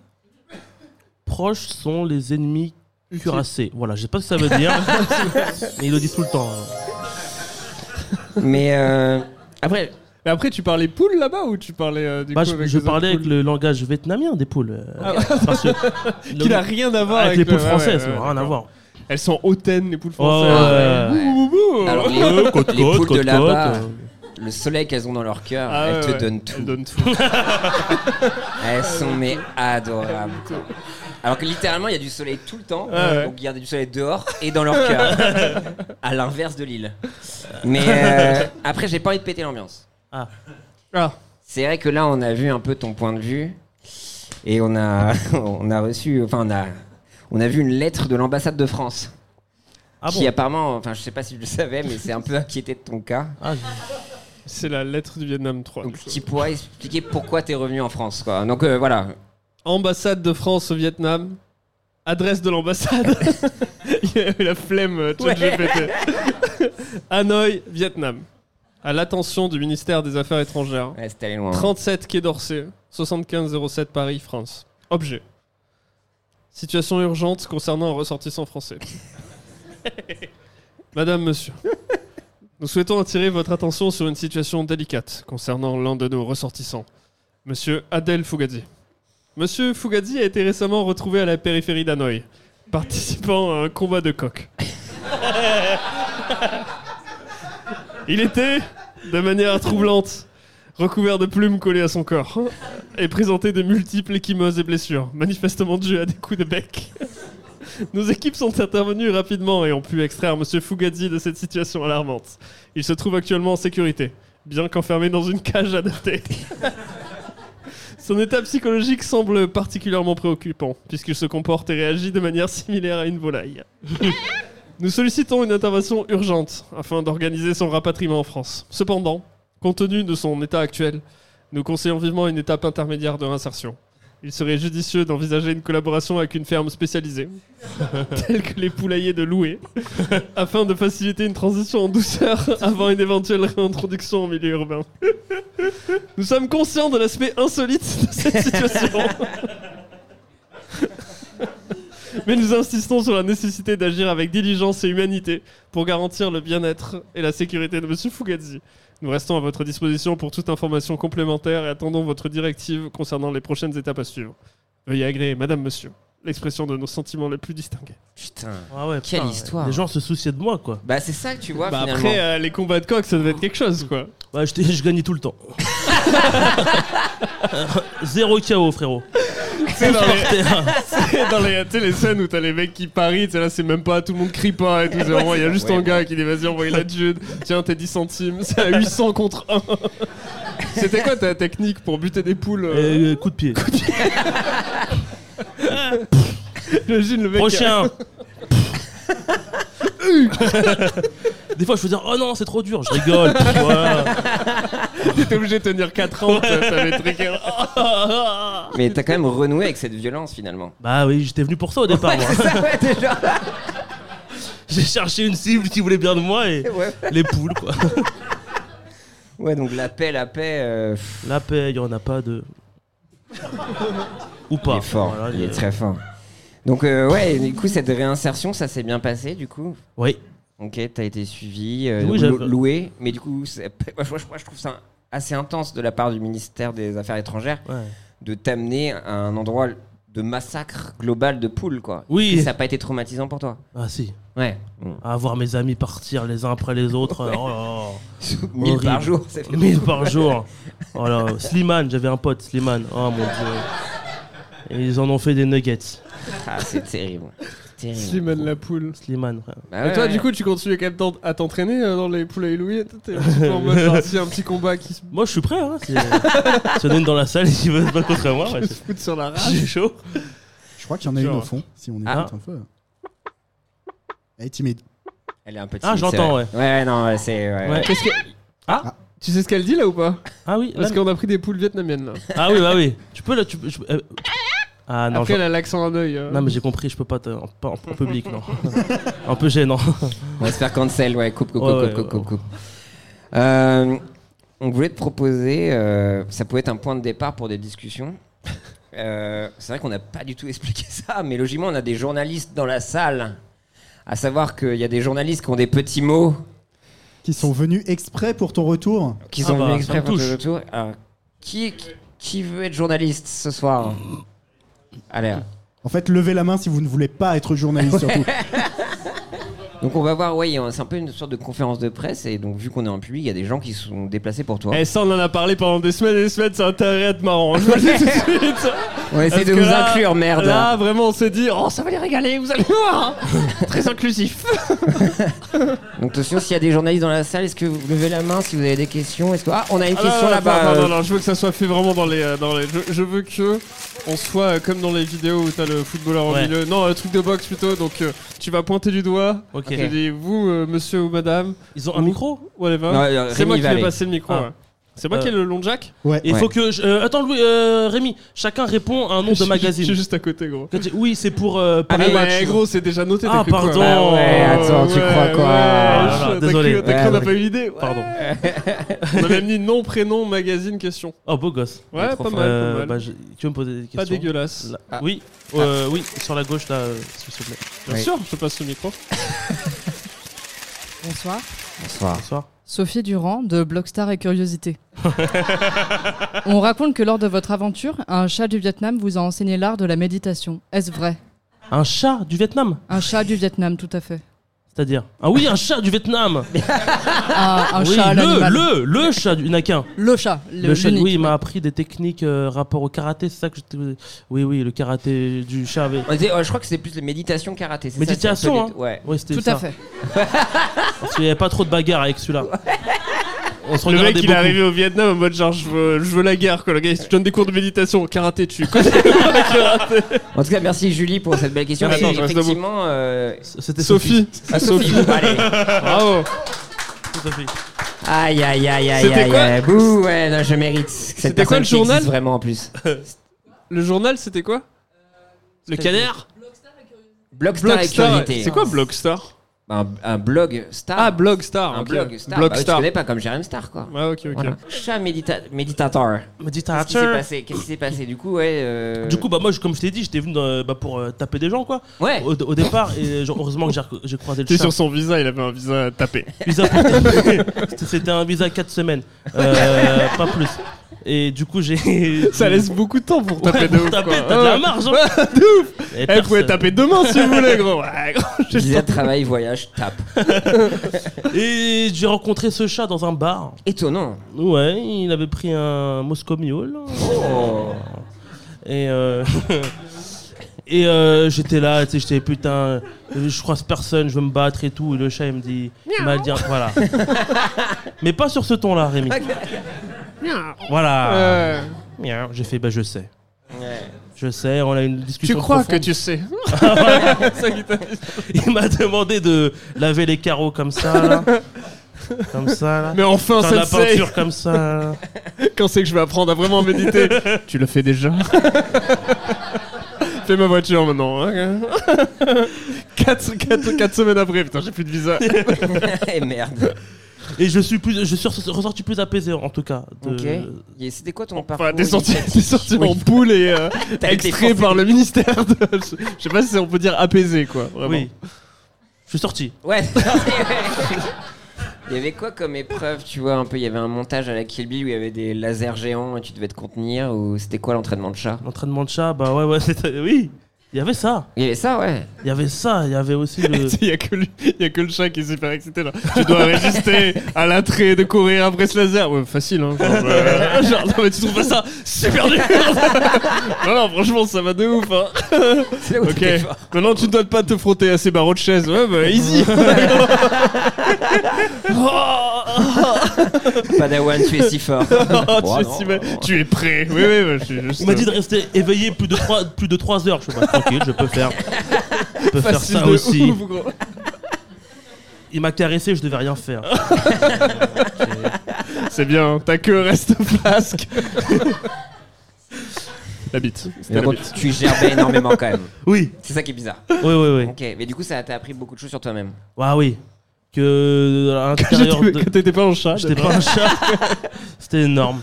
D: proches sont les ennemis cuirassés. Voilà, je sais pas ce que ça veut dire, mais ils le disent tout le temps. hein.
A: mais euh, après,
B: Mais après, tu parlais poules là-bas ou tu parlais euh, du
D: Bah,
B: coup
D: je
B: avec
D: je
B: les autres
D: parlais avec
B: poules Ah
D: le langage vietnamien des poules. euh, parce que
B: Qui
D: le-
B: n'a rien à voir
D: avec,
B: avec,
D: les poules
B: le- ouais,
D: françaises,
B: ouais, ouais,
D: rien à
B: d'accord.
D: voir.
B: Elles sont hautaines, les poules
D: Ouais,
B: françaises.
D: ouais, ouais.
B: Bou, bou, bou, bou.
A: alors, les,
D: Ouais,
A: les
D: côte-côte,
A: poules de
D: côte-côte,
A: là-bas,
D: euh.
A: le soleil qu'elles ont dans leur cœur,
B: Ah,
A: elles
B: ouais,
A: te
B: ouais.
A: euh, donnent tout.
B: Elles donnent
D: Ah
B: tout.
A: Elles sont mais adorables. quoi. Alors que littéralement, il y a du soleil tout le temps.
D: Ah,
B: ouais.
A: Donc il y a du soleil dehors et dans leur cœur. à l'inverse de l'île. Mais euh, après, j'ai pas envie de péter l'ambiance.
B: Ah,
A: C'est vrai que là, on a vu un peu ton point de vue. Et on a, on a reçu. Enfin, on a, on a vu une lettre de l'ambassade de France.
D: Ah
A: qui
D: bon
A: apparemment, enfin, je sais pas si je le savais, mais c'est un peu inquiété de ton cas.
D: Ah,
B: c'est la lettre du Vietnam 3.
A: Donc tu pourrais expliquer pourquoi t'es revenu en France, quoi. Donc euh, voilà.
B: Ambassade de France au Vietnam. Adresse de l'ambassade. Il y a eu la flemme, euh, ChatGPT. Hanoï, Vietnam. À l'attention du ministère des Affaires étrangères.
A: Ouais, c'était allé loin.
B: 37 Quai d'Orsay, 7507 Paris, France. Objet. Situation urgente concernant un ressortissant français. Madame, monsieur. Nous souhaitons attirer votre attention sur une situation délicate concernant l'un de nos ressortissants, monsieur Adel Fougadi. Monsieur Fougadi a été récemment retrouvé à la périphérie d'Hanoï, participant à un combat de coq. Il était, de manière troublante, recouvert de plumes collées à son corps et présenté de multiples échymoses et blessures, manifestement dues à des coups de bec. Nos équipes sont intervenues rapidement et ont pu extraire Monsieur Fougadi de cette situation alarmante. Il se trouve actuellement en sécurité. bien qu'enfermé dans une cage adaptée. Son état psychologique semble particulièrement préoccupant, puisqu'il se comporte et réagit de manière similaire à une volaille. Nous sollicitons une intervention urgente afin d'organiser son rapatriement en France. Cependant, compte tenu de son état actuel, nous conseillons vivement une étape intermédiaire de réinsertion. Il serait judicieux d'envisager une collaboration avec une ferme spécialisée, telle que les poulaillers de Loué, afin de faciliter une transition en douceur avant une éventuelle réintroduction en milieu urbain. Nous sommes conscients de l'aspect insolite de cette situation. Mais nous insistons sur la nécessité d'agir avec diligence et humanité pour garantir le bien-être et la sécurité de Monsieur Fugazi. Nous restons à votre disposition pour toute information complémentaire et attendons votre directive concernant les prochaines étapes à suivre. Veuillez agréer, Madame, Monsieur, l'expression de nos sentiments les plus distingués.
A: Putain.
D: Ah ouais,
A: Quelle
D: putain,
A: histoire.
D: Les gens se souciaient de moi, quoi.
A: Bah, c'est ça que tu vois
B: Bah
A: finalement.
B: après, euh, les combats de coq, ça devait être quelque chose, quoi.
D: Bah, je, t'ai- je gagnais tout le temps. Zéro KO, frérot.
B: C'est dans les, c'est dans les, tu sais, les scènes où t'as les mecs qui parient, tu sais, là c'est même pas, tout le monde crie pas et tout, c'est vraiment, il y a juste
A: Ouais,
B: un
A: bon.
B: gars qui dit vas-y envoyez la Jude, tiens t'es 10 centimes, c'est à 800 contre 1. C'était quoi ta technique pour buter des poules euh,
D: Et, euh, coup de pied.
B: J'imagine le mec.
D: Prochain. Des fois, je peux dire, oh non, c'est trop dur. Je rigole. Voilà.
B: qui était obligé de tenir 4 ans, ça ça avait truqué.
D: euh,
A: Mais t'as quand même renoué avec cette violence finalement.
D: Bah oui, j'étais venu pour ça au départ. moi.
A: ça, Ah ouais, déjà.
D: J'ai cherché une cible qui voulait bien de moi et
A: Ouais.
D: les poules, quoi.
A: Ouais, donc la paix, la paix. euh, pff,
D: La paix, il n'y en a pas de. Ou
A: il
D: pas.
A: est fort,
D: Bah, Voilà, euh,
A: il est
D: je-
A: très fort. Donc, euh, ouais, du coup, cette réinsertion, ça s'est bien passé du coup.
D: Oui.
A: Ok, t'as été suivi, euh,
D: Oui,
A: lou-
D: j'avais-
A: loué, mais du coup, c'est- moi, je, moi, je trouve ça assez intense de la part du ministère des Affaires étrangères
D: Ouais.
A: de t'amener à un endroit de massacre global de poules, quoi.
D: Oui.
A: Et ça n'a pas été traumatisant pour toi.
D: Ah si.
A: Ouais.
D: À voir mes amis partir les uns après les autres. Oh là là.
A: Mille
D: Horrible.
A: par jour, ça fait
D: 1000 par jour. Oh là, Slimane, j'avais un pote, Slimane. Oh mon dieu. Et ils en ont fait des nuggets.
A: Ah, c'est terrible. C'est terrible.
B: Slimane la poule.
D: Slimane, frère.
A: Bah ouais,
B: et toi,
A: ouais.
B: du coup, tu continues quand même t'en- à t'entraîner euh, dans les poulets et Louis T'es un petit peu en mode, genre, s'il y a un petit combat qui se
D: Moi, je suis prêt. Hein. Si si y en a une dans la salle et qui veut se battre contre moi, ouais,
B: fout sur la
D: je
B: rage.
D: suis chaud.
C: Je crois qu'il y en a
B: Genre.
C: une au fond, si on écoute
D: Ah.
C: un peu. Elle est Eh, timide.
A: Elle est un peu
D: Ah,
A: timide,
D: je l'entends,
A: c'est vrai. Ouais, non, ouais, c'est. ouais, ouais.
B: Qu'est-ce que- Tu sais ce qu'elle dit là ou pas
D: Ah oui, là-
B: Parce qu'on a pris des poules vietnamiennes là.
D: ah oui, bah oui. Tu peux là, tu peux. je- euh, Ah non,
B: Après,
D: je-
B: elle a l'accent en œil. euh.
D: non mais j'ai compris, je peux pas te- en, pas en- en public, non. un peu gênant.
A: On va se faire cancel, ouais. Coupe, coupe,
D: Ouais,
A: coupe,
D: ouais,
A: coupe,
D: ouais.
A: coupe, coupe. Euh, on voulait te proposer, euh, ça pouvait être un point de départ pour des discussions. Euh, c'est vrai qu'on n'a pas du tout expliqué ça, mais logiquement, on a des journalistes dans la salle. À savoir qu'il y a des journalistes qui ont des petits mots
C: Qui sont venus exprès pour ton retour.
A: qui
D: Ah
A: sont
D: bah,
A: venus
D: ça
A: exprès
D: me
A: pour
D: touche.
A: le retour. Alors, qui, qui veut être journaliste ce soir Allez.
C: En fait, levez la main si vous ne voulez pas être journaliste surtout.
A: Donc on va voir, ouais, il y a un- c'est un peu une sorte de conférence de presse, et donc vu qu'on est en public, il y a des gens qui se sont déplacés pour toi.
B: Eh, ça, on en a parlé pendant des semaines et des semaines, ça a intérêt à être marrant. Je vous le dis tout de suite.
A: On essaie
B: Parce
A: de
B: que
A: vous
B: là-
A: inclure, merde.
B: Là, vraiment, on s'est dit, oh, ça va les régaler, vous allez voir. Très inclusif.
A: Donc attention, s'il y a des journalistes dans la salle, est-ce que vous levez la main si vous avez des questions Est-ce que ah, on a une
B: Ah,
A: question
B: non,
A: là-bas
B: Non, non,
A: euh,
B: non, non, je veux que ça soit fait vraiment dans les. euh, Dans les je, je veux que on soit euh, comme dans les vidéos où t'as le footballeur au
D: Ouais.
B: milieu. Non, un truc de boxe plutôt. Donc, euh, tu vas pointer du doigt.
D: Ok.
B: Tu dis, vous, euh, monsieur ou madame,
D: Ils ont un micro
B: whatever.
A: Non, euh,
B: C'est
A: Rémi
B: moi qui vais
A: Vallée.
B: passer le micro.
D: Ah.
B: ouais. C'est moi
D: Euh.
B: qui ai le long jack.
C: Ouais.
D: Il
A: Ouais.
D: faut que je- euh, attends Louis, euh, Rémi, chacun répond à un
B: Je
D: nom de
B: suis- Je suis
D: magazine.
B: juste à côté, gros.
D: Quand tu- Oui, c'est pour euh,
B: Ah,
D: Paris Match.
B: mais gros, c'est déjà noté. t'as
D: Ah,
B: cru quoi
D: pardon.
A: Bah ouais, attends, tu crois quoi
B: ouais,
D: Voilà,
B: t'as cru-
D: désolé.
B: T'as cru qu'on n'a
A: Ouais,
B: pas eu l'idée ouais.
D: Pardon.
B: On a même mis nom, prénom, magazine, question.
D: Oh beau gosse.
B: Ouais,
D: Trop
B: pas
D: fort.
B: mal, pas
D: Euh,
B: mal.
D: bah, je- Tu veux me poser des questions
B: Pas dégueulasse.
D: Là- Oui, euh, oui, sur la gauche là, euh, s'il vous plaît.
B: Bien
A: Oui.
B: sûr, je passe le micro.
E: Bonsoir.
A: Bonsoir.
D: Bonsoir.
E: Sophie Durand de Blockstar et Curiosité. On raconte que lors de votre aventure, un chat du Vietnam vous a enseigné l'art de la méditation. Est-ce vrai
D: Un chat du Vietnam
E: Un chat du Vietnam, tout à fait.
D: C'est-à-dire Ah oui, un chat du Vietnam
E: Un, un
D: Oui,
E: chat à l'animal.
D: le, le, le chat du Nakin.
E: Le chat. Le,
D: Le chat,
E: l'unique.
D: oui, il m'a appris des techniques euh, rapport au karaté, c'est ça que je te- Oui, oui, le karaté du chat avec...
A: On disait, euh, je crois que c'est plus les méditations karaté. c'est ça,
D: Méditation,
A: c'est un peu les-
D: hein.
A: Ouais.
D: Oui, c'était
E: Tout
D: ça.
E: à fait.
D: Parce qu'il n'y avait pas trop de bagarres avec celui-là. on se
B: Le
D: regardait
B: mec, il est
D: beaucoup.
B: arrivé au Vietnam en mode genre, je veux, je veux la guerre, quoi. Le gars, il te donne des cours de méditation, karaté, tu connais le karaté.
A: En tout cas, merci Julie pour cette belle question.
B: Non, attends,
A: Et
B: je reste
A: effectivement, euh,
D: C'était
B: Sophie.
A: à Sophie. Allez.
B: Bravo.
D: Sophie.
A: Aïe, aïe, aïe, aïe,
B: C'était
A: aïe,
B: quoi
A: aïe. Bouh, ouais, non, je mérite. Cette
B: quoi
A: personne
B: le
A: qui
B: journal
A: existe vraiment en plus.
B: Le journal, c'était quoi Le canard
A: Blogstar et
B: Blogstar.
A: Curiosité.
B: C'est quoi Blogstar
A: un, hein. un blog star.
B: Ah, Blogstar.
A: un
B: ok.
A: blog star. Bah ouais,
B: Blogstar.
A: je connais pas comme Jérém Star, quoi.
B: Ah, ok, ok.
A: Voilà. Chat médita- méditateur. Qu'est-ce qui s'est
D: Méditateur.
A: passé Qu'est-ce qui s'est passé du coup ouais, euh,
D: Du coup, bah moi, je- comme je t'ai dit, j'étais venu dans- bah, pour euh, taper des gens, quoi.
A: ouais.
B: oh,
D: Au, au départ, et genre, heureusement que j'ai rec- j'ai croisé le
B: T'es
D: chat.
B: sur son visa, il avait un visa à taper.
D: Visa pour- C'était- C'était un visa 4 semaines, Euh, pas plus. Et du coup, j'ai.
B: Ça laisse beaucoup de temps pour
D: Ouais,
B: taper de
D: pour
B: ouf.
D: taper,
B: quoi.
D: t'as de la
B: Ouais.
D: marge, hein.
B: Ouais, de ouf.
D: Et
B: Eh, vous pouvez
D: personne.
B: taper demain si vous voulez, gros. Ouais, gros, j'ai le
A: Visa travail voyage tape.
D: Et j'ai rencontré ce chat dans un bar.
A: Étonnant.
D: Ouais, il avait pris un Moscow Mule.
A: Oh.
D: Et, euh, et euh, j'étais là, tu sais, j'étais putain, je croise personne, je veux me battre et tout. Et le chat, il me dit, il m'a dit, voilà. Mais pas sur ce ton-là, Rémi. Voilà.
B: Euh,
D: Miaou. J'ai fait, bah je sais.
A: Ouais.
D: Je sais, on a une
B: tu
D: discussion.
B: crois que
D: profonde.
B: tu sais
D: Il m'a demandé de laver les carreaux comme ça, là. comme ça, là.
B: Mais enfin,
D: Faire la
B: sensei,
D: peinture comme ça. là.
B: quand c'est que je vais apprendre à vraiment méditer Tu le fais déjà Fais ma voiture maintenant. hein. 4 semaines après, putain, j'ai plus de visa.
A: Eh, merde.
D: Et je suis plus, je suis ressorti plus apaisé en tout cas.
B: Euh,
D: de-
A: Ok. Et C'était quoi ton
B: Enfin,
A: parcours
B: t'es sorti,
A: initiatique
B: t'es sorti
A: Oui.
B: en poule et euh,
A: T'as été
B: extrait
A: forcé.
B: par le ministère. de- Je je sais pas si on peut dire apaisé, quoi. Vraiment.
D: Oui. Je suis sorti.
A: Ouais. c'est sorti, ouais. Il y avait quoi comme épreuve, tu vois, un peu Il y avait un montage à la Kill Bill où il y avait des lasers géants et tu devais te contenir ou c'était quoi l'entraînement de chat
D: L'entraînement de chat, bah ouais, ouais, c'était- oui. Il y avait ça.
A: Il y avait ça, ouais.
D: Il y avait ça. Il y avait aussi le.
B: Il y, a que lui- y a que le chat qui est super excité là. Tu dois résister à l'attrait de courir après ce laser. Ouais, facile, hein. Genre, euh, genre, non, mais tu trouves pas ça super dur Non, non, franchement, ça va de ouf, hein.
A: C'est là où
B: Ok.
A: t'étais fort.
B: Maintenant, tu ne dois pas te frotter à ces barreaux de chaise. Ouais, bah, easy.
A: Padawan, tu es si fort.
B: Oh,
A: Oh,
B: tu, es
A: non.
B: si mal- tu es prêt. Oui, oui, bah, je suis juste.
D: Il m'a dit de rester éveillé plus de 3, plus de trois heures. Je suis tranquille, je peux faire. Je peux faire
B: Facile
D: ça
B: de
D: aussi.
B: ouf, gros.
D: Il m'a caressé, je devais rien faire.
B: C'est bien, ta queue reste flasque. la bite. C'était
A: Mais
B: la
A: par
B: bite.
A: contre, tu gerbais énormément quand même.
D: Oui,
A: C'est ça qui est bizarre.
D: oui, oui, oui.
A: Ok, mais du coup, ça t'a appris beaucoup de choses sur toi-même.
D: Ah oui. Que à l'intérieur
B: J'étais-
D: de.
B: que T'étais pas en chat.
D: J'étais pas un chat. C'était énorme.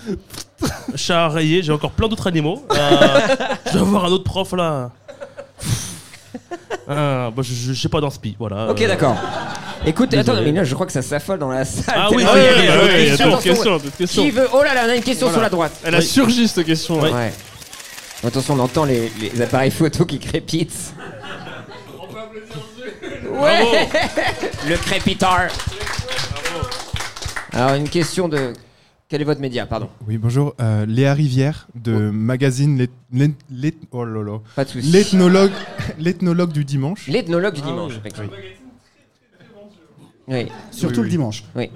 D: Chat à rayer, j'ai encore plein d'autres animaux. Euh, je dois avoir un autre prof là. Ah, bah, je- je je sais pas d'inspi, voilà.
A: Ok,
D: Euh,
A: d'accord. Écoute,
D: Désolé.
A: attends, mais là, je crois que ça s'affole dans la salle.
D: Ah oui,
B: Ah
A: Tellement il y
B: ouais,
A: a
B: ouais,
A: des-
B: ouais,
A: des
B: ouais, il y a
A: questions
B: d'autres
A: dans son-
B: questions, d'autres questions.
A: Qui veut Oh là là, on a une question sur la droite.
B: Elle a surgi cette question. là.
A: Ouais. Attention, on entend les, les appareils photo qui crépitent. Ouais Le crépiteur Alors, une question de. Quel est votre média Pardon,
F: Oui, bonjour. Euh, Léa Rivière de magazine L'Eth- L'Eth- L'Eth- oh là là.
A: pas de soucis.
F: L'ethnologue l'ethnologue du dimanche.
A: L'ethnologue du dimanche, effectivement. Oui.
F: Oui,
C: Surtout le
F: oui.
C: dimanche.
A: Oui.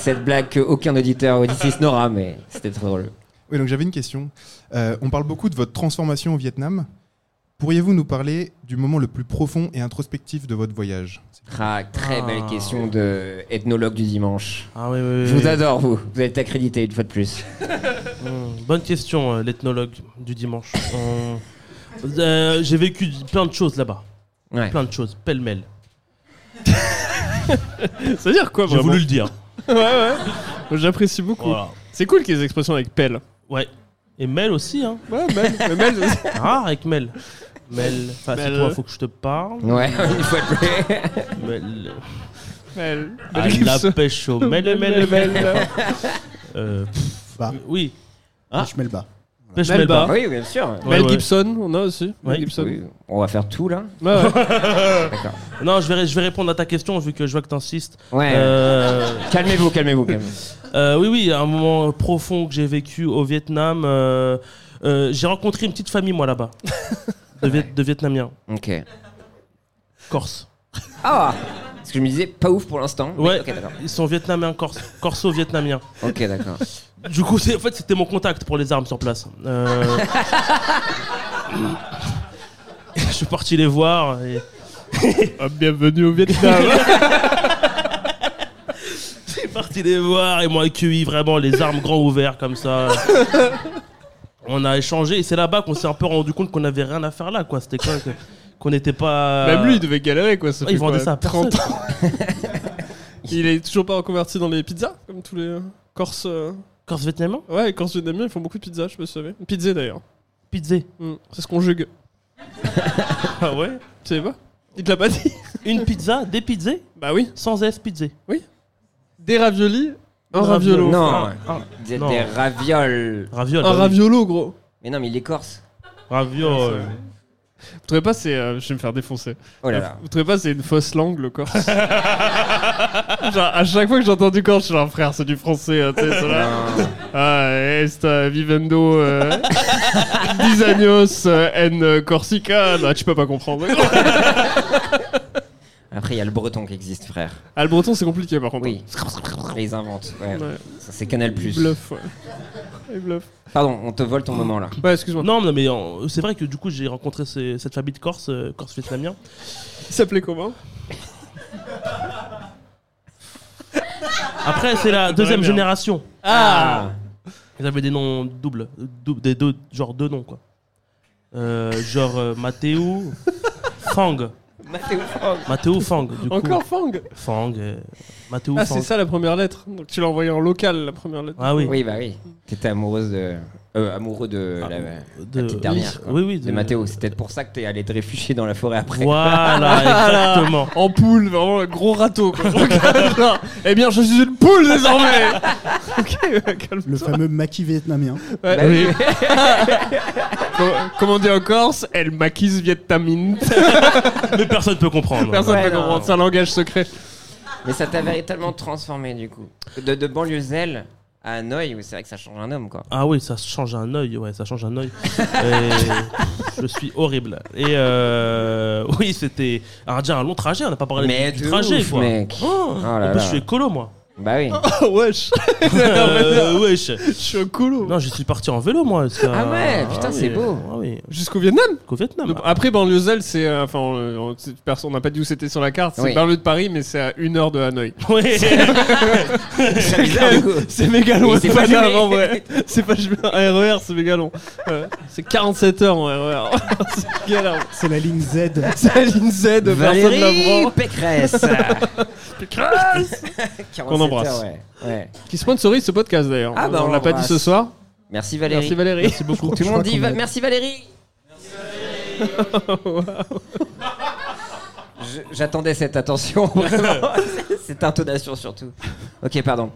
A: Cette blague qu'aucun auditeur auditrice n'aura, mais c'était trop drôle.
F: Oui, donc j'avais une question. Euh, on parle beaucoup de votre transformation au Vietnam. Pourriez-vous nous parler du moment le plus profond et introspectif de votre voyage
A: Ah, très
D: Ah.
A: belle question de ethnologue du dimanche.
D: Ah oui, oui, oui.
A: Je vous adore, vous. Vous êtes accrédité une fois de plus.
D: Hmm, Bonne question, euh, l'ethnologue du dimanche. On- Euh, j'ai vécu d- plein de choses là-bas.
A: Ouais.
D: Plein de choses, pêle-mêle.
B: Ça veut dire quoi,
D: J'ai
B: Ah, vraiment
D: voulu le dire.
B: Ouais, ouais. J'apprécie beaucoup.
D: Voilà.
B: C'est cool qu'il y ait des expressions avec pelle.
D: Ouais. Et Mel aussi, hein.
B: Ouais, Mel. mais Mel, c'est-
D: Rare Ah, avec Mel. Mel, face à
B: Mel.
D: toi, faut que je te parle.
A: Ouais, une fois de plus.
D: Mel.
B: Mel.
D: À la pêche au Mel, Mel, Mel. Euh, pff,
C: Bah.
D: Oui. Ah.
C: Je mets le bas.
D: Pêche
B: Mel
D: Mel
B: Bas.
D: bas.
A: Ah oui, bien sûr.
D: Ouais,
B: Mel
D: ouais.
B: Gibson, on a aussi.
D: Ouais.
B: Mel Gibson.
A: Oui, on va faire tout là.
B: Ouais, ouais.
A: D'accord.
D: Non, je vais, ré- je vais répondre à ta question vu que je vois que t'insistes.
A: Ouais.
D: Euh,
A: Calmez-vous, calmez-vous, calmez-vous.
D: euh, oui, oui, un moment profond que j'ai vécu au Vietnam. euh, euh, j'ai rencontré une petite famille, moi, là-bas, de, Viet- de Vietnamiens,
A: Ok.
D: Corse.
A: Ah Parce que je me disais, pas ouf pour l'instant. mais
D: Ouais,
A: Ok, d'accord.
D: ils sont vietnamiens, corso, corso vietnamien.
A: Ok, d'accord.
D: Du coup, c'est- en fait, c'était mon contact pour les armes sur place. Euh, je suis parti les voir. Et...
B: Ah, bienvenue au Vietnam.
D: Je suis parti les voir et m'ont accueilli vraiment les armes grands ouverts comme ça. On a échangé et c'est là-bas qu'on s'est un peu rendu compte qu'on avait rien à faire là, quoi. C'était quoi que- Qu'on n'était pas.
B: Même lui, il devait galérer, quoi. Ça
D: Euh, Ouais, ils
B: fait quoi,
D: vendaient ça à
B: 30 ans. il est toujours pas reconverti dans les pizzas, comme tous les euh, Corses. euh.
D: Corse vietnamien
B: Ouais, les Corses vietnamiens, ils font beaucoup de pizzas, je sais pas si vous savez. Pizza d'ailleurs.
D: Pizza.
B: Hmm, C'est ce qu'on jugue.
D: Ah ouais
B: Tu sais pas Il te l'a pas dit
D: Une pizza, des pizzas,
B: Bah oui.
D: sans S pizza.
B: Des raviolis, un
D: Des
B: raviolo.
D: raviolos.
A: Non,
D: Ah,
A: Vous êtes
D: non.
A: des ravioles.
D: Raviol. bah
B: Un raviolo, gros.
A: Mais non, mais il est corse.
B: Ah,
D: Raviol.
B: Vous trouvez pas c'est euh, je vais me faire défoncer.
A: Oh là là.
B: Vous trouvez pas c'est une fausse langue le corse Genre à chaque fois que j'entends du corse, je suis genre frère, c'est du français, hein, tu sais ça va.
A: Non.
B: Ah, est euh, vivendo euh, dix años euh, en euh, Corsica, non, tu peux pas comprendre.
A: Après, il y a le breton qui existe, frère.
B: ah, le breton c'est compliqué par contre.
A: Oui. Ils inventent. Ouais.
B: Ouais.
A: Ça, c'est Canal
B: Il
A: Plus.
B: bluffe, ouais. Il bluffe.
A: Pardon, on te vole ton moment là.
B: Ouais, Bah, excuse-moi.
D: Non, non, mais euh, c'est vrai que du coup, j'ai rencontré ces- cette famille de Corse, euh, Corse vietnamien.
B: Il s'appelait comment
D: Après, c'est la deuxième
B: merde.
D: génération.
B: Ah
D: Ils avaient des noms doubles, euh, dou- des deux, genre deux noms quoi. Euh, genre euh, Matteo Fang. Matteo Fang, du coup.
B: Encore Fang
D: Fang. euh, Matteo
B: Ah,
D: Fang.
B: c'est ça la première lettre. Donc tu l'as envoyé en local la première lettre.
D: Ah oui.
A: Oui, bah oui. T'étais amoureuse de. euh, amoureux de.
D: Ah,
A: la-
D: de...
A: petite dernière, quoi.
D: Oui, oui.
A: de Mathéo. C'est peut-être pour ça que t'es allé te réfugier dans la forêt après.
D: Voilà, exactement.
B: En poule, vraiment un gros râteau. Quoi. Genre, eh bien, je suis une poule désormais. ok,
C: Le
B: calme-toi.
C: fameux maquis vietnamien.
B: Ouais. Com- Comment on dit en Corse Elle maquise vietnamine.
D: Mais personne peut comprendre.
B: Personne ne
A: Ouais,
B: peut
A: non.
B: comprendre, c'est un langage secret.
A: Mais ça t'a véritablement transformé du coup. De, de banlieuselle à Hanoï, oui, c'est vrai que ça change un homme quoi.
D: Ah oui, ça change un œil, ouais, ça change un œil. Et je suis horrible. Et euh, oui, c'était un, déjà un long trajet, on n'a pas parlé
A: Mais
D: du, du
A: de
D: trajet,
A: ouf,
D: quoi.
A: mec.
D: Oh,
A: Oh là
D: en plus,
A: là.
D: je suis écolo, moi.
A: Bah oui.
B: Oh, wesh.
D: Euh, wesh.
B: Je suis un colo.
D: Non, je suis parti en vélo, moi. parce que-
A: Ah ouais, putain, c'est
D: oui,
A: beau.
D: Ah oui,
B: Jusqu'au Vietnam.
D: qu'au Vietnam. Ah
B: Donc, Après, Banlieusel, c'est. euh, Enfin, euh, on- c'est- personne- on n'a pas dit où c'était sur la carte. C'est
A: Oui.
B: banlieue de Paris, mais c'est à une heure de Hanoï.
D: Ouais.
A: C'est bizarre du coup.
B: C'est méga long,
A: Oui,
B: c'est
A: c'est
B: pas
A: pas
B: grave
A: allumé.
B: en vrai. C'est pas un
A: E
B: RER, c'est méga long. Ouais. c'est 47 heures en RER. c'est galère.
C: C'est la ligne Z.
B: C'est la ligne Z, personne
A: Valérie
B: la
A: Pécresse.
B: Pécresse Qu'on embrasse.
A: 47 heures, ouais. Ouais.
B: Qui sponsorise ce podcast d'ailleurs.
A: Ah, bah,
B: on
A: on
B: l'a pas dit
A: l'embrasse.
B: ce soir.
A: Merci Valérie.
B: Merci Valérie. Merci beaucoup.
A: Tout le monde
C: Je crois
A: dit
C: qu'on
A: va-
C: est-
A: merci Valérie. Je- J'attendais cette attention, vraiment. cette intonation surtout. Ok, pardon.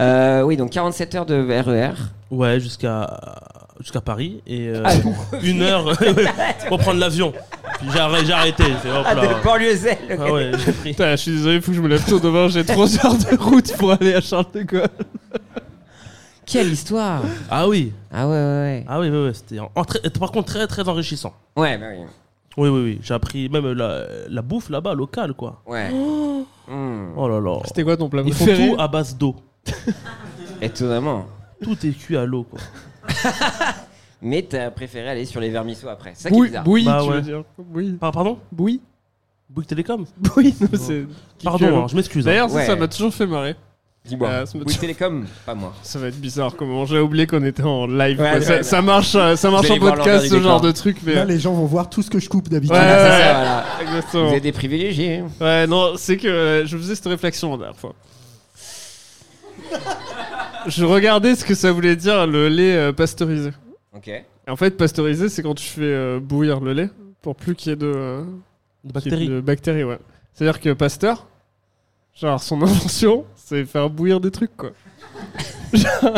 A: Euh, oui, donc 47 heures de E RER.
D: ouais, jusqu'à jusqu'à Paris. Et euh,
A: Ah
D: une heure pour prendre l'avion. Puis j'ai arrêté. J'ai arrêté. j'ai fait, hop
A: Ah,
D: là.
A: de Banlieusel.
D: Ah ouais, j'ai pris.
B: Putain, je suis désolé, faut que je me lève tôt demain. J'ai 3 heures de route pour aller à Charles de Gaulle.
A: Quelle histoire.
D: Ah oui,
A: Ah ouais, ouais,
D: ah oui, ouais, ouais, c'était en- en très- par contre très très enrichissant.
A: ouais. Ouais, bah oui.
D: Oui, oui, oui. J'ai appris même la, la bouffe là-bas, locale, quoi.
A: Ouais. Hmm.
D: Oh là là.
B: C'était quoi ton plat
D: Ils font
B: préféré
D: tout à base d'eau.
A: Étonnamment.
D: Tout est cuit à l'eau, quoi.
A: Mais t'as préféré aller sur les vermisseaux après. C'est ça qui est
B: Bouille,
A: bizarre.
B: bouillie,
D: Bah
B: tu
D: ouais.
B: veux dire. Bouillie.
D: Ah, pardon
B: Bouillie
D: Bouygues Télécom
B: Bouillie, non, c'est.
D: Pardon, hein, je m'excuse. hein.
B: D'ailleurs, ça,
A: Ouais.
B: ça m'a toujours fait marrer.
A: Dis-moi.
B: Euh, ce-
A: Bouygues Télécom, pas moi.
B: Ça va être bizarre comment j'ai oublié qu'on était en live.
A: Ouais,
B: quoi.
A: ouais,
B: ça,
A: ouais.
B: ça marche, euh, ça marche
A: Vous
B: en
A: allez voir l'envers
B: podcast
A: du
B: ce genre
A: décor.
B: de truc, mais
C: Là, les gens vont voir tout ce que je coupe d'habitude.
B: Ouais. Oh.
A: Ah, ça, ça, voilà.
B: exactement.
A: Vous êtes des privilégiés.
B: Ouais, non, c'est que euh, je faisais cette réflexion la dernière fois. je regardais ce que ça voulait dire le lait euh, pasteurisé.
A: Ok.
B: En fait, pasteurisé, c'est quand tu fais euh, bouillir le lait pour plus qu'il y ait de, euh,
D: Des
B: qu'il y ait
D: bactéries.
B: de bactéries. Ouais. C'est-à-dire que Pasteur, genre son invention, c'est faire bouillir des trucs quoi. Genre,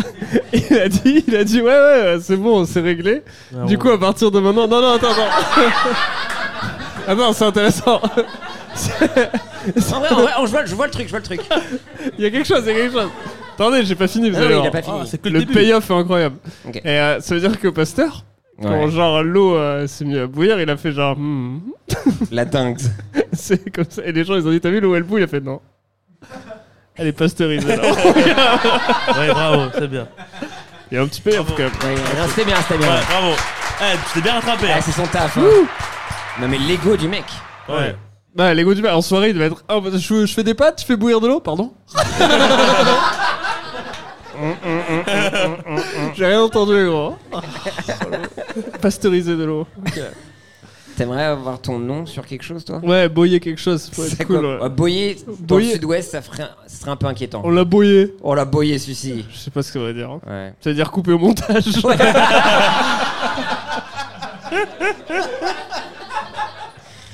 B: il a dit, il a dit ouais ouais, ouais, c'est bon, c'est réglé.
D: Ah,
B: Du
D: bon.
B: coup, à partir de maintenant. Non, non, attends, attends. ah non, c'est intéressant.
A: En vrai, en vrai, on- je, vois, je vois le truc, je vois le truc.
B: Il y a quelque chose, il y a quelque chose. Attendez, j'ai pas fini, vous
A: Ah non,
B: allez
A: il
B: voir.
A: a pas fini.
D: Ah, c'est que le,
B: Le
D: début.
B: payoff est incroyable.
A: Ok.
B: Et euh, ça veut dire que Pasteur,
A: Ouais.
B: quand genre l'eau euh, s'est mise à bouillir, il a fait genre. hmm.
A: La dingue.
B: C'est comme ça. Et les gens, ils ont dit T'as vu l'eau, elle boue Il a fait Non. Elle est pasteurisée. là.
D: Ouais, bravo, c'est bien.
B: Il y a un petit peu, en tout cas.
A: Ouais, non, c'était bien, c'était bien.
D: Ouais, bravo. Eh, tu t'es bien rattrapé.
A: Ah,
D: hein.
A: c'est son taf. hein. Non, mais l'ego du mec.
D: Ouais.
B: Bah, l'ego du mal. En soirée, il devait être Ah, bah, je, je fais des pâtes, je fais bouillir de l'eau, pardon J'ai rien entendu, gros. Pasteuriser de l'eau.
A: T'aimerais avoir ton nom sur quelque chose, toi
B: Ouais, boyer quelque chose, faut être
A: C'est
B: cool.
A: quoi
B: ouais.
A: Ah, Boyer, dans le
B: Boyer.
A: sud-ouest, ça, ferait un- ça serait un peu inquiétant.
B: On l'a boyé.
A: Oh la boyer, celui-ci.
B: Je sais pas ce que ça veut dire. hein.
A: Ouais.
B: Ça veut dire couper au montage.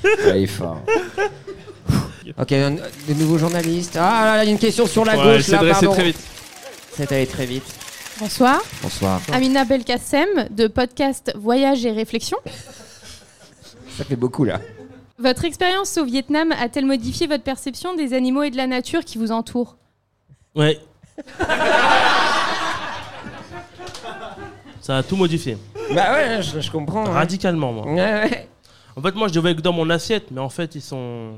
A: Ouais, il est fort. hein. ok, un- de nouveaux journalistes. Ah là là, il y a une question sur la
B: Ouais, elle
A: gauche,
B: s'est
A: là,
B: dressée
A: pardon.
B: très vite.
A: C'est allé très vite.
G: Bonsoir,
A: Bonsoir.
G: Amina Belkacem de podcast Voyage et Réflexion.
A: Ça fait beaucoup, là.
G: Votre expérience au Vietnam a-t-elle modifié votre perception des animaux et de la nature qui vous entoure
D: Ouais. Ça a tout modifié.
A: Bah ouais, je, je comprends. hein.
D: Radicalement, moi.
A: Ouais, ouais.
D: En fait, moi, je les voyais que dans mon assiette, mais en fait, ils sont.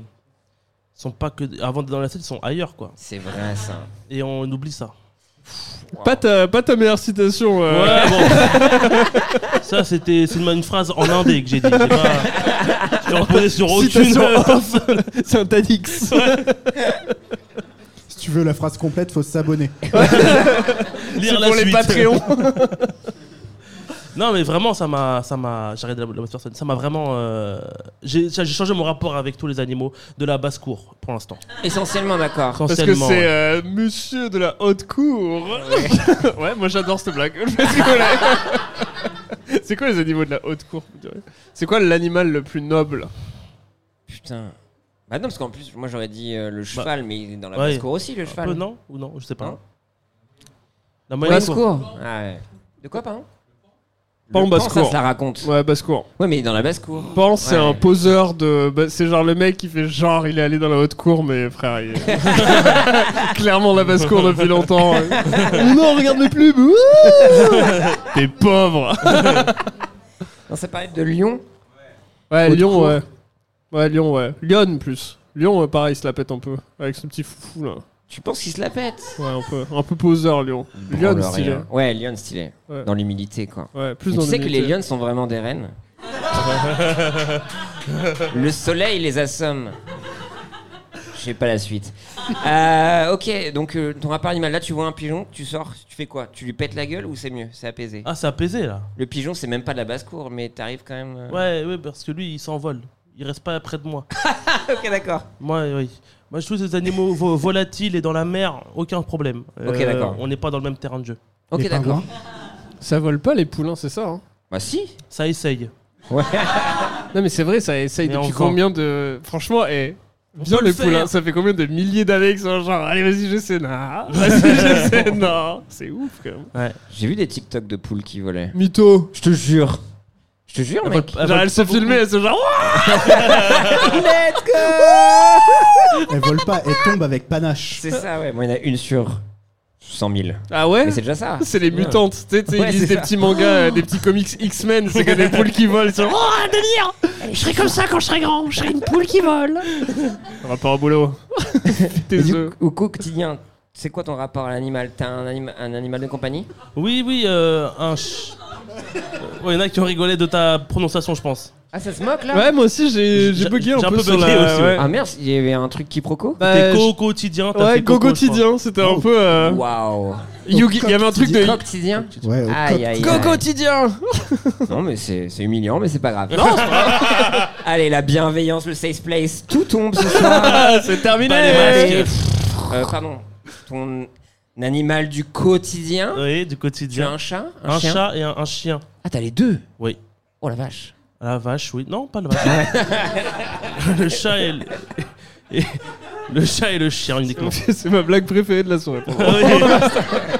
D: ils sont pas que. Avant d'être dans l'assiette, ils sont ailleurs, quoi.
A: C'est vrai, ça.
D: Et on oublie ça.
B: Pas ta, pas ta meilleure citation. euh.
D: Ouais, bon. ça, c'était c'est une, une phrase en indé que j'ai dit. J'ai pas. Je l'ai reposée sur aucune.
B: Citation C'est un Tadix.
C: Si tu veux la phrase complète, faut s'abonner.
B: C'est
D: lire la
B: pour les
D: suite.
B: Patreons.
D: Non, mais vraiment, ça m'a, ça m'a, j'arrête de la, la mauvaise personne. Ça m'a vraiment, euh, j'ai, j'ai changé mon rapport avec tous les animaux de la basse cour pour l'instant.
A: Essentiellement d'accord.
B: Parce que
D: Essentiellement,
B: c'est
D: ouais.
B: euh, monsieur de la haute cour. Ouais, moi j'adore cette blague. C'est quoi, la- C'est quoi les animaux de la haute cour vous direz C'est quoi l'animal le plus noble
A: Putain. Bah non, parce qu'en plus, moi j'aurais dit euh, le
B: Bah,
A: cheval, mais il est dans la
D: ouais.
A: basse cour aussi, le
B: euh,
D: un
A: cheval.
D: peu non ou non, je sais pas.
A: Non.
D: La
A: Ouais,
D: moyenne
A: basse
D: cour.
A: cour. Ah, ouais. De quoi, pardon
B: Pas en
A: Le
B: basse
A: pan, Ça
B: cour.
A: se la raconte. Ouais,
B: Ouais, basse cour.
A: mais il est dans la basse cour.
B: Pan, c'est
A: Ouais.
B: un poseur de. bah, c'est genre le mec qui fait genre il est allé dans la haute cour, mais frère, il est clairement la basse cour depuis longtemps. non, regarde les plumes. ouh T'es pauvre.
A: Non, ça parlait de Lyon.
B: Ouais,
A: Haute
B: Lyon,
A: cour.
B: ouais. Ouais, Lyon, ouais. Lyon plus. Lyon, euh, pareil, il se la pète un peu. Avec ce petit foufou là.
A: Tu penses qu'il se la pète
B: Ouais, un peu, un peu poseur, Lyon. Lyon,
A: Branle
B: stylé.
A: rien. Ouais, Lyon stylé.
B: Ouais.
A: Dans l'humilité, quoi.
B: Ouais, plus
A: Mais
B: dans
A: tu sais que les
B: l'humilité.
A: lions sont vraiment des reines Le soleil les assomme. Je sais pas la suite. Euh, ok, donc euh, ton rapport animal, là tu vois un pigeon, tu sors, tu fais quoi Tu lui pètes la gueule ou c'est mieux C'est apaisé.
D: Ah, c'est apaisé là.
A: Le pigeon, c'est même pas de la basse-cour, mais t'arrives quand même. euh,
D: Ouais, ouais, parce que lui, il s'envole. Il reste pas près de moi.
A: Ok, d'accord.
D: Moi, euh, oui. Moi, je trouve ces animaux vo- volatiles et dans la mer, aucun problème. Euh,
A: Ok, d'accord.
D: On n'est pas dans le même terrain de jeu.
A: Ok,
C: Les
A: d'accord.
C: pingouins.
B: Ça vole pas les poulains, c'est ça. hein
A: Bah si.
D: Ça essaye.
A: Ouais.
B: non, mais c'est vrai, ça essaye
D: Mais
B: depuis
D: on vend.
B: combien de. Franchement, eh. Bien
D: peut
B: les
D: le
B: poulains,
D: faire.
B: ça fait combien de milliers d'années que sont genre, allez vas-y, je sais, non, vas-y, je sais, non. C'est ouf quand même.
A: J'ai vu des TikTok de poules qui volaient.
B: Mytho.
A: Je te jure. Je te
B: Ah,
A: jure, mec.
D: Elle
B: Genre,
D: vole-
B: elle se filmait, elle se genre, Ouah bah,
A: Let's go
C: Elle vole pas, elle tombe avec panache.
A: C'est ça, ouais. Moi, il y en a une sur 100 000.
B: Ah ouais
A: Mais c'est déjà ça.
B: C'est les mutantes, tu sais, tu sais,
A: Ouais,
B: ils lisent
A: c'est
B: des
A: ça.
B: petits mangas, euh, des petits comics X-Men, c'est que des poules qui volent, c'est genre, oh, un délire Je serai comme ça quand je serai grand, je serai une poule qui vole Rapport au boulot.
A: Et
B: Tes
A: du-
B: œufs.
A: au quotidien, c'est quoi ton rapport à l'animal T'as un, anima- un animal de compagnie
D: Oui, oui, euh, un ch... Euh, ouais, y en a qui ont rigolé de ta prononciation, je pense.
A: Ah, ça se moque là
B: Ouais, moi aussi, j'ai j'ai
D: J'ai-
B: bugué un
D: j'ai
B: peu,
D: un peu
B: sur
D: bugué
B: la-
D: aussi,
B: ouais.
A: Ah merde, il y avait un truc quiproquo
B: Bah,
D: Ah, T'es
B: je-
D: co quotidien. t'as
B: Ouais,
D: fait
B: go
D: coco, je crois.
B: quotidien, c'était un peu. euh,
A: Waouh
B: Yugi- Il y avait un truc de.
A: Quotidien
C: Ouais, au
A: Aïe, aïe,
B: Go
A: aïe.
B: quotidien
A: Non, mais c'est c'est humiliant, mais c'est pas grave. Non Allez, la bienveillance, le safe place, tout tombe ce soir.
B: Ah, C'est terminé
D: Pas les
A: Allez, pff, euh, Pardon, ton animal du quotidien
D: Oui, du
A: Tu as
D: quotidien.
A: un chat
D: Un,
A: chien
D: chat et un, un chien.
A: Ah, t'as les deux
D: Oui.
A: Oh la vache
D: La vache, oui. Non, pas la vache. le chat et le... et- Le chat et le chien uniquement.
B: C'est ma blague préférée de la soirée. pour moi.
D: Ah oui.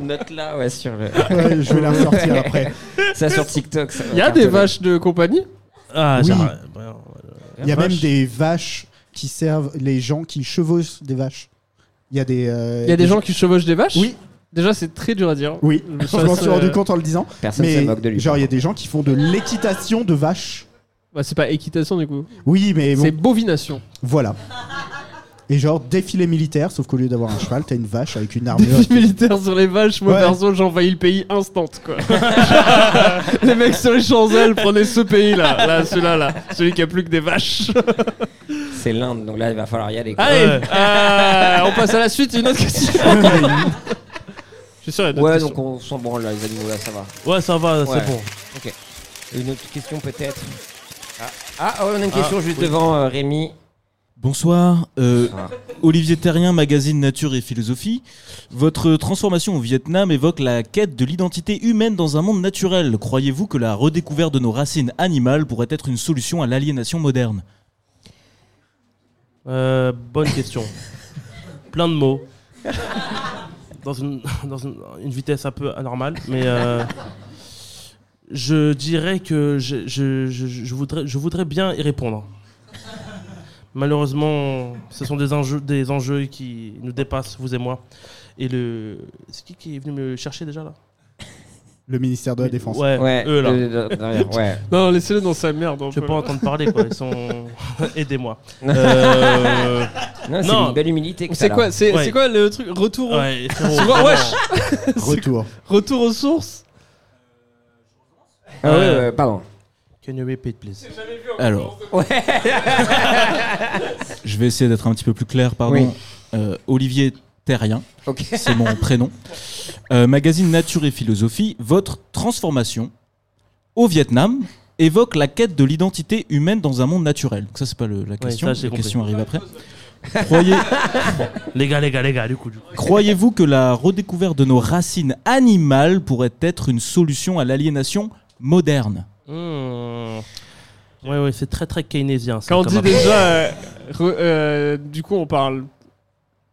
A: Note là, ouais, sur le...
C: Ouais, je vais la ressortir après.
A: ça sur TikTok. ça va
B: Il y a des
A: cartonner.
B: vaches de compagnie
D: Ah,
C: Oui.
D: j'arrête. Bah,
C: Il y a
D: vache.
C: même des vaches qui servent les gens qui chevauchent des vaches. Il y a des. euh,
B: Il y a des gens qui chevauchent des vaches
C: Oui.
B: Déjà, c'est très dur à dire.
C: Oui, je
B: Ça,
C: m'en
B: c'est-
C: suis rendu compte en le disant.
A: Personne se
C: Mais
A: moque de lui.
C: genre, il y a des gens qui font de l'équitation de vaches.
B: Bah, c'est pas équitation du coup.
C: Oui, mais bon,
B: C'est bovination.
C: voilà. Et genre défilé militaire, sauf qu'au lieu d'avoir un cheval, t'as une vache avec une armure.
B: militaire sur les vaches, moi
C: Ouais.
B: perso, j'envahis le pays instant quoi. les mecs sur les Champs-Élysées, prenez ce pays là, là, celui-là là, celui qui a plus que des vaches.
A: C'est l'Inde, donc là il va falloir y aller. quoi.
B: Allez,
D: Ouais.
B: euh, on passe à la suite, une autre question. Je suis sûr, il y a d'autres
A: Ouais,
B: questions.
A: donc on s'en branle là, les animaux là, ça va.
D: Ouais, ça va,
A: Ouais.
D: c'est bon.
A: Une autre question peut-être Ah, ah, oh, on a une question juste devant euh, Rémi.
H: Bonsoir, euh,
A: Bonsoir.
H: Olivier Terrien, magazine Nature et Philosophie. Votre transformation au Vietnam évoque la quête de l'identité humaine dans un monde naturel. Croyez-vous que la redécouverte de nos racines animales pourrait être une solution à l'aliénation moderne
D: Euh, bonne question. Plein de mots. Dans une, dans une, une vitesse un peu anormale, mais euh, je dirais que je, je, je, je voudrais, je voudrais bien y répondre. Malheureusement, ce sont des enjeux, des enjeux qui nous dépassent, vous et moi. Et le. C'est qui qui est venu me chercher déjà là
C: Le ministère de la Défense.
B: Euh,
D: Ouais,
A: Ouais,
D: eux là.
A: de- de- derrière, ouais.
B: Non, laissez-le dans sa merde. on
D: Je peux
B: peut-
D: pas entendre parler quoi, ils sont. Aidez-moi. Euh,
A: Non, c'est
D: Non.
A: une belle humilité que
B: C'est
A: t'as,
B: quoi,
A: là. Euh,
B: c'est,
D: Ouais.
B: c'est quoi le truc Retour, au-
D: ouais, frérot,
B: Tu vois,
D: vraiment.
B: wesh.
C: Retour.
B: retour aux sources
A: Ah ouais, ouais, pardon.
D: Can you repeat, please
H: Alors, je vais essayer d'être un petit peu plus clair, pardon.
A: Oui.
H: Euh, Olivier Terrien,
A: Ok.
H: c'est mon prénom. Euh, magazine Nature et Philosophie, votre transformation au Vietnam évoque la quête de l'identité humaine dans un monde naturel. Donc ça, c'est pas le- la question.
D: ça, j'ai
H: la
D: compris.
H: question arrive après. Croyez,
D: Les gars, les gars, les gars, du coup. Du coup.
H: Croyez-vous que la redécouverte de nos racines animales pourrait être une solution à l'aliénation moderne
D: Hmm. Ouais, ouais, c'est très très keynésien. ça,
B: Quand on
D: comme
B: dit
D: approche.
B: déjà. euh, re- euh, du coup, on parle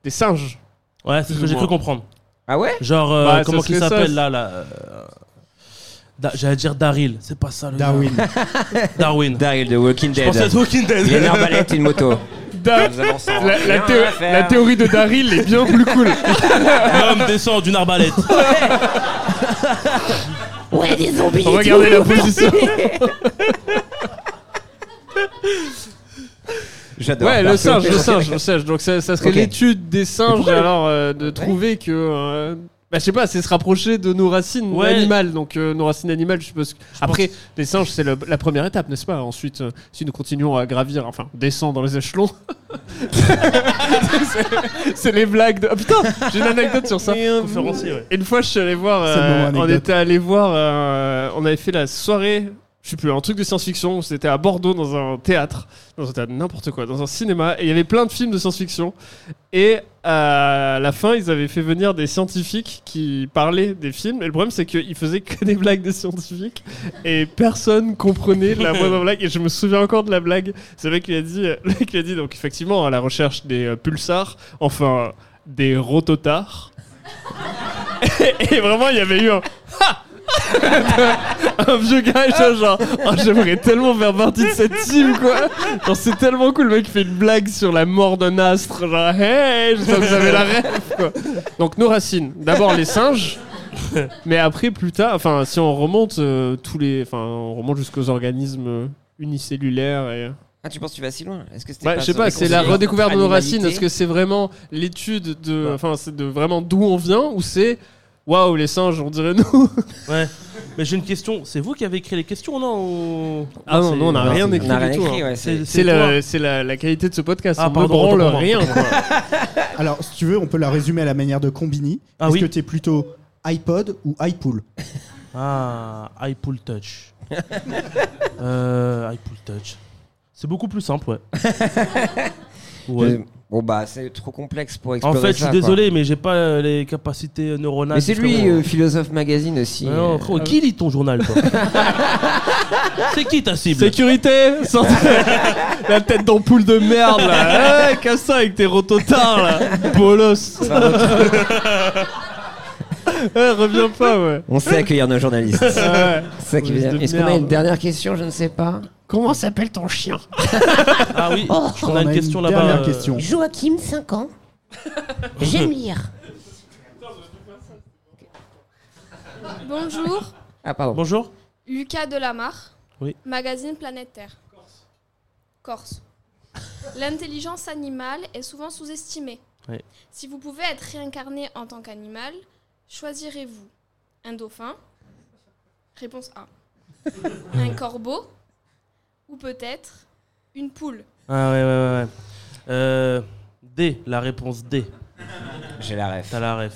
B: des singes.
D: Ouais, c'est ce que j'ai cru comprendre.
A: Ah ouais
D: Genre, euh,
B: Bah,
D: comment
B: ce
D: qu'il
B: serait ça,
D: s'appelle
B: c'est-
D: là, là euh, Da- J'allais dire Daryl, c'est pas ça le
C: Darwin.
D: gars. Darwin.
A: Daryl de Walking
D: Je
A: Dead.
D: pensais à The Walking Dead.
A: Il a une arbalète et une moto.
B: Da-
A: Nous avançons.
B: la, la
A: Rien
B: théo-
A: à faire.
B: la théorie de Daryl est bien plus cool.
D: L'homme descend d'une arbalète.
A: Ouais, des zombies.
B: Regardez la position.
A: J'adore.
B: Ouais, le
A: Parce que-
B: singe, le singe, le singe. Donc ça, ça serait
A: Ok.
B: l'étude des singes, alors euh, de trouver que. euh, bah, je sais pas, c'est se rapprocher de nos racines
D: Ouais.
B: animales. Donc, euh, nos racines animales, je suppose. que- Après, les singes, c'est le- la première étape, n'est-ce pas Ensuite, euh, si nous continuons à gravir, enfin, descendre dans les échelons. c'est- c'est les blagues de. Oh, putain, j'ai une anecdote sur ça.
D: euh, Conférencier, ouais.
B: Une fois, je suis allé voir.
C: C'est le
B: euh,
C: moment
B: on
C: anecdote.
B: était allé voir. euh, on avait fait la soirée. Je sais plus, un truc de science-fiction. C'était à Bordeaux dans un théâtre, dans un théâtre, n'importe quoi, dans un cinéma. Et il y avait plein de films de science-fiction. Et euh, à la fin, ils avaient fait venir des scientifiques qui parlaient des films. Et le problème, c'est qu'ils faisaient que des blagues de scientifiques. Et personne comprenait la moindre blague. Et je me souviens encore de la blague. C'est le mec qui a dit, le mec qui a dit donc effectivement, à la recherche des euh, pulsars, enfin, euh, des rototards. et, et vraiment, il y avait eu un. Ha Un vieux gars, et ça, genre, Oh, j'aimerais tellement faire partie de cette team, quoi. Genre, c'est tellement cool, le mec fait une blague sur la mort d'un astre, genre, hey, je sais que vous avez la rêve, quoi. Donc, nos racines, d'abord les singes, mais après, plus tard, enfin, si on remonte euh, tous les. Enfin, on remonte jusqu'aux organismes euh, unicellulaires et.
A: Ah, tu penses que tu vas si loin Est-ce que c'était
B: Bah, je sais pas, c'est la redécouverte de nos racines. Est-ce que c'est vraiment l'étude de,
D: Ouais.
B: enfin, c'est de vraiment d'où on vient ou c'est waouh les singes, on dirait nous.
D: Ouais. Mais j'ai une question. C'est vous qui avez écrit les questions, non ou-
B: Ah non,
D: c'est-
B: non, on n'a rien
A: On
B: écrit
A: n'a rien
B: du tout.
A: écrit,
B: hein.
A: ouais. c'est-
B: C'est
D: toi.
B: la, c'est la, la qualité de ce podcast.
D: Ah,
B: on
D: pardon,
B: ne branle
D: autant pour moi.
B: rien. quoi.
C: Alors, si tu veux, on peut la résumer à la manière de Combini.
D: Ah
C: Est-ce
D: oui.
C: que t'es plutôt iPod ou iPool
D: Ah, iPool Touch. euh, iPool Touch. C'est beaucoup plus simple, ouais. ouais.
A: Euh, Bon, bah, c'est trop complexe pour
D: En
A: explorer.
D: fait, je
A: ça,
D: suis
A: quoi.
D: désolé, mais j'ai pas euh, les capacités neuronales.
A: Mais c'est
D: justement.
A: lui, euh, philosophe magazine aussi.
D: Mais non,
A: euh,
D: frérot, qui lit ton journal toi C'est qui ta cible
B: Sécurité, santé. la tête d'ampoule de merde là. Hey, casse ça avec tes rototards là, bolos. Eh, reviens pas, ouais.
A: On sait accueillir nos journalistes. C'est
B: Ouais.
A: ça qui veut
B: Espèce
A: dire.
B: de
A: Est-ce qu'on a
B: merde.
A: une dernière question Je ne sais pas.
B: Comment s'appelle ton chien
D: Ah oui, on a une question là-bas.
C: dernière
D: euh,
C: question.
I: Joachim, 5 ans. J'aime lire.
G: Bonjour,
A: Ah, pardon.
D: Bonjour.
I: Lucas Delamarre.
D: Oui.
I: Magazine Planète Terre.
J: Corse. L'intelligence animale est souvent sous-estimée.
D: Ouais.
J: Si vous pouvez être réincarné en tant qu'animal, choisirez-vous un dauphin Réponse A. un corbeau Ou peut-être une poule
D: Ah ouais, ouais, ouais. ouais. Euh, D, la réponse D.
A: J'ai la ref.
D: T'as la ref.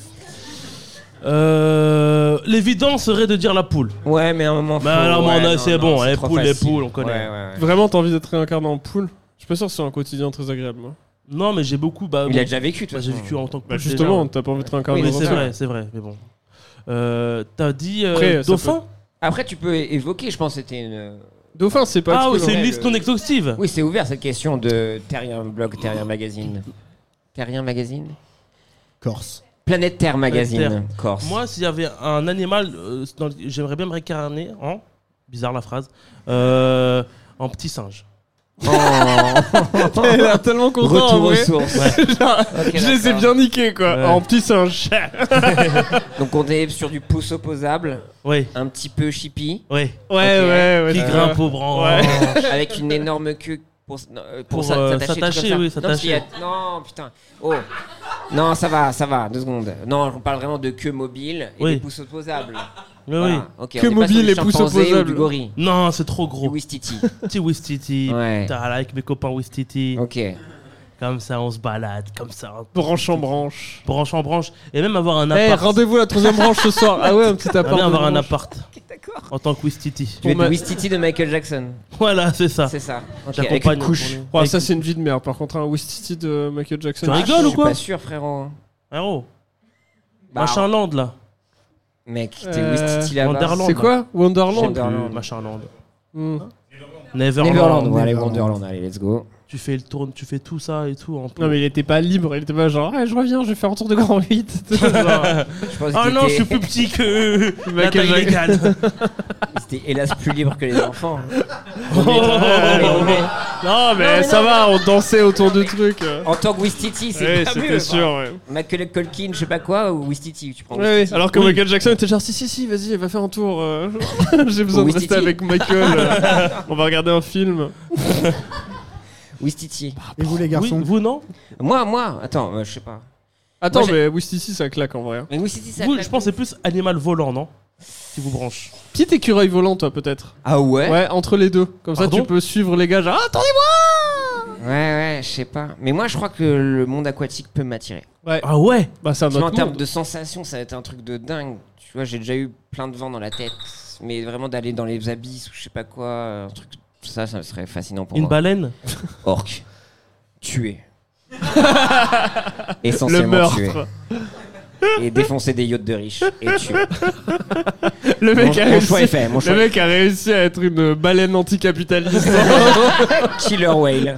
D: Euh, L'évidence serait de dire la poule.
A: Ouais, mais à un moment.
D: Bah,
A: faut-
D: non, mais on
A: ouais,
D: a-
A: non,
D: c'est
A: non,
D: bon,
A: c'est
D: les
A: trop
D: poules, les
A: facile.
D: poules, on connaît. Bah,
A: Ouais, ouais, ouais.
B: Vraiment, t'as envie d'être réincarné en poule Je suis pas sûr que c'est un quotidien très agréable. hein. moi.
D: Non, mais j'ai beaucoup. Bah,
B: Il
D: bon,
B: a déjà vécu, de
D: bah,
B: toute
D: J'ai
B: façon.
D: vécu en tant que.
B: Bah,
D: poule,
B: justement,
D: déjà.
B: t'as pas envie de te réincarner
D: Oui,
B: dans
D: c'est
B: un
D: vrai,
B: truc.
D: c'est vrai, mais bon. Euh, t'as dit euh,
B: Après, ça
D: dauphin
A: Après, tu peux é- évoquer, je pense, que c'était une. euh,
B: Dauphin, c'est pas
D: Ah,
B: exclu,
D: oui, c'est
B: hein.
D: une liste non exhaustive.
A: Oui, c'est ouvert cette question de Terrien Blog, Terrien Magazine. Terrien Magazine
C: Corse.
A: Planète Terre Magazine,
D: Terre.
A: Corse.
D: Moi, s'il y avait un animal, euh, dans le- j'aimerais bien me réincarner en. Bizarre la phrase. euh, en petit singe.
A: Oh.
B: T'as l'air tellement content. en
D: Retour aux
B: vrai.
D: sources.
B: Genre,
A: Ok,
B: je les ai
A: d'accord.
B: bien niqués, quoi.
D: Ouais.
B: En petit singe.
A: Donc, on est sur du pouce opposable.
D: Oui.
A: Un petit peu chippy.
D: Oui.
B: Ouais, ouais, ouais,
D: Qui
B: c'est
D: grimpe
B: vrai.
D: au branc.
B: Ouais.
A: Avec une énorme queue pour, s- non, euh, pour
D: Pour,
A: s'a-
D: euh,
A: s'attacher.
D: s'attacher,
A: tout comme
D: oui,
A: ça. Non, parce qu'il y a-
D: s'attacher.
A: Non, putain. Oh. Non, ça va, ça va, deux secondes. Non, on parle vraiment de queue mobile et
D: Oui.
A: des pouces opposables.
D: Oui,
A: Voilà,
D: oui.
A: ok, on est pas sur du chimpanzé ou du gorille.
D: Non, c'est trop gros.
A: Wistiti.
D: Petit Wistiti.
A: Ouais. Oh.
D: Putain, là, avec mes copains Wistiti.
A: Ok.
D: Comme ça, on se balade, comme ça.
B: Branche en branche.
D: Branche en branche. Et même avoir un
B: Eh,
D: appart.
B: rendez-vous la troisième branche ce soir. Ah ouais, un petit appart.
D: J'aimerais bien
B: de
D: avoir un
B: branche.
D: appart. En tant que Wistiti.
A: Tu veux être Wistiti de Michael Jackson.
D: Voilà, c'est ça.
A: C'est ça. Ok,
D: J'accompagne
A: avec une
D: pour
A: couche.
D: nous.
B: Ouais, ça, c'est une vie de merde. Par contre, un Wistiti de Michael Jackson.
D: Tu rigoles ou quoi
A: Ah, Je suis pas sûr, frérot.
D: Héros.
A: Bah,
D: Machinland, oh. là.
A: Mec, t'es
B: Euh,
A: Wistiti là-bas.
D: Wonderland.
B: C'est quoi Wonderland
A: Wonderland.
D: Machinland.
B: Hmm.
D: Neverland.
A: Neverland, ouais, allez, Wonderland, allez, let's go.
D: Tu fais le tourne, tu fais tout ça et tout. En plus.
B: Non, mais il était pas libre. Il était pas genre, Ah, je reviens, je vais faire un tour de grand 8.
A: Je pense
D: Ah
A: qu'il
D: non, je
A: était-
D: suis plus petit que la
B: Michael
D: taille
B: Jackson.
D: légale.
A: C'était hélas plus libre que les enfants.
B: Oh. Non, mais ça va, on dansait autour du truc. euh.
A: En tant que Wistiti, c'est
B: Ouais,
A: pas
B: c'était
A: mieux.
B: sûr,
A: enfin.
B: ouais.
A: Michael Colkin, je sais pas quoi, ou Wistiti, tu prends
B: Ouais, ouais,
A: Wistiti.
B: Alors que
D: Oui.
B: Michael Jackson était genre, si, si, si, vas-y, va faire un tour. euh, J'ai besoin de
A: Wistiti.
B: rester avec Michael. euh, on va regarder un film.
A: Wistiti.
C: Et vous, les
D: Ah, Oui,
C: garçons
D: vous non
A: Moi, moi, attends, euh, je sais pas.
B: Attends,
A: Moi, j'ai-
B: mais Wistiti, ça claque en vrai. hein.
A: Mais Wistiti, ça.
D: Vous,
A: claque
D: je pense
A: de
D: que c'est plus animal volant, non Si vous branche.
B: Petit écureuil volant, toi, peut-être.
A: ouf. Ah ouais Ouais,
B: Ouais, entre les deux. Comme ça,
D: Pardon
B: tu peux suivre les gars. Genre, Ah, attendez
A: ouais, je sais pas. Mais moi, je crois que le monde aquatique peut m'attirer.
B: Ouais,
D: Ah ouais
B: bah, ça
A: Tu vois, En
B: notre
A: termes
B: monde.
A: de sensations, ça va être un truc de dingue. Tu vois, j'ai déjà eu plein de vent dans la tête. Mais vraiment d'aller dans les abysses ou je sais pas quoi, euh, un truc. Ça, ça serait fascinant pour
D: Une
A: moi.
D: baleine
A: Orc. Tuer.
B: Le
A: Essentiellement
B: meurtre.
A: tuer. Et défoncer des yachts de riches. Et tuer.
B: Le mec,
A: Mon-
B: a
A: mon
B: réussi,
A: choix est fait, mon choix
B: le mec a réussi à être une baleine anticapitaliste.
A: Killer whale.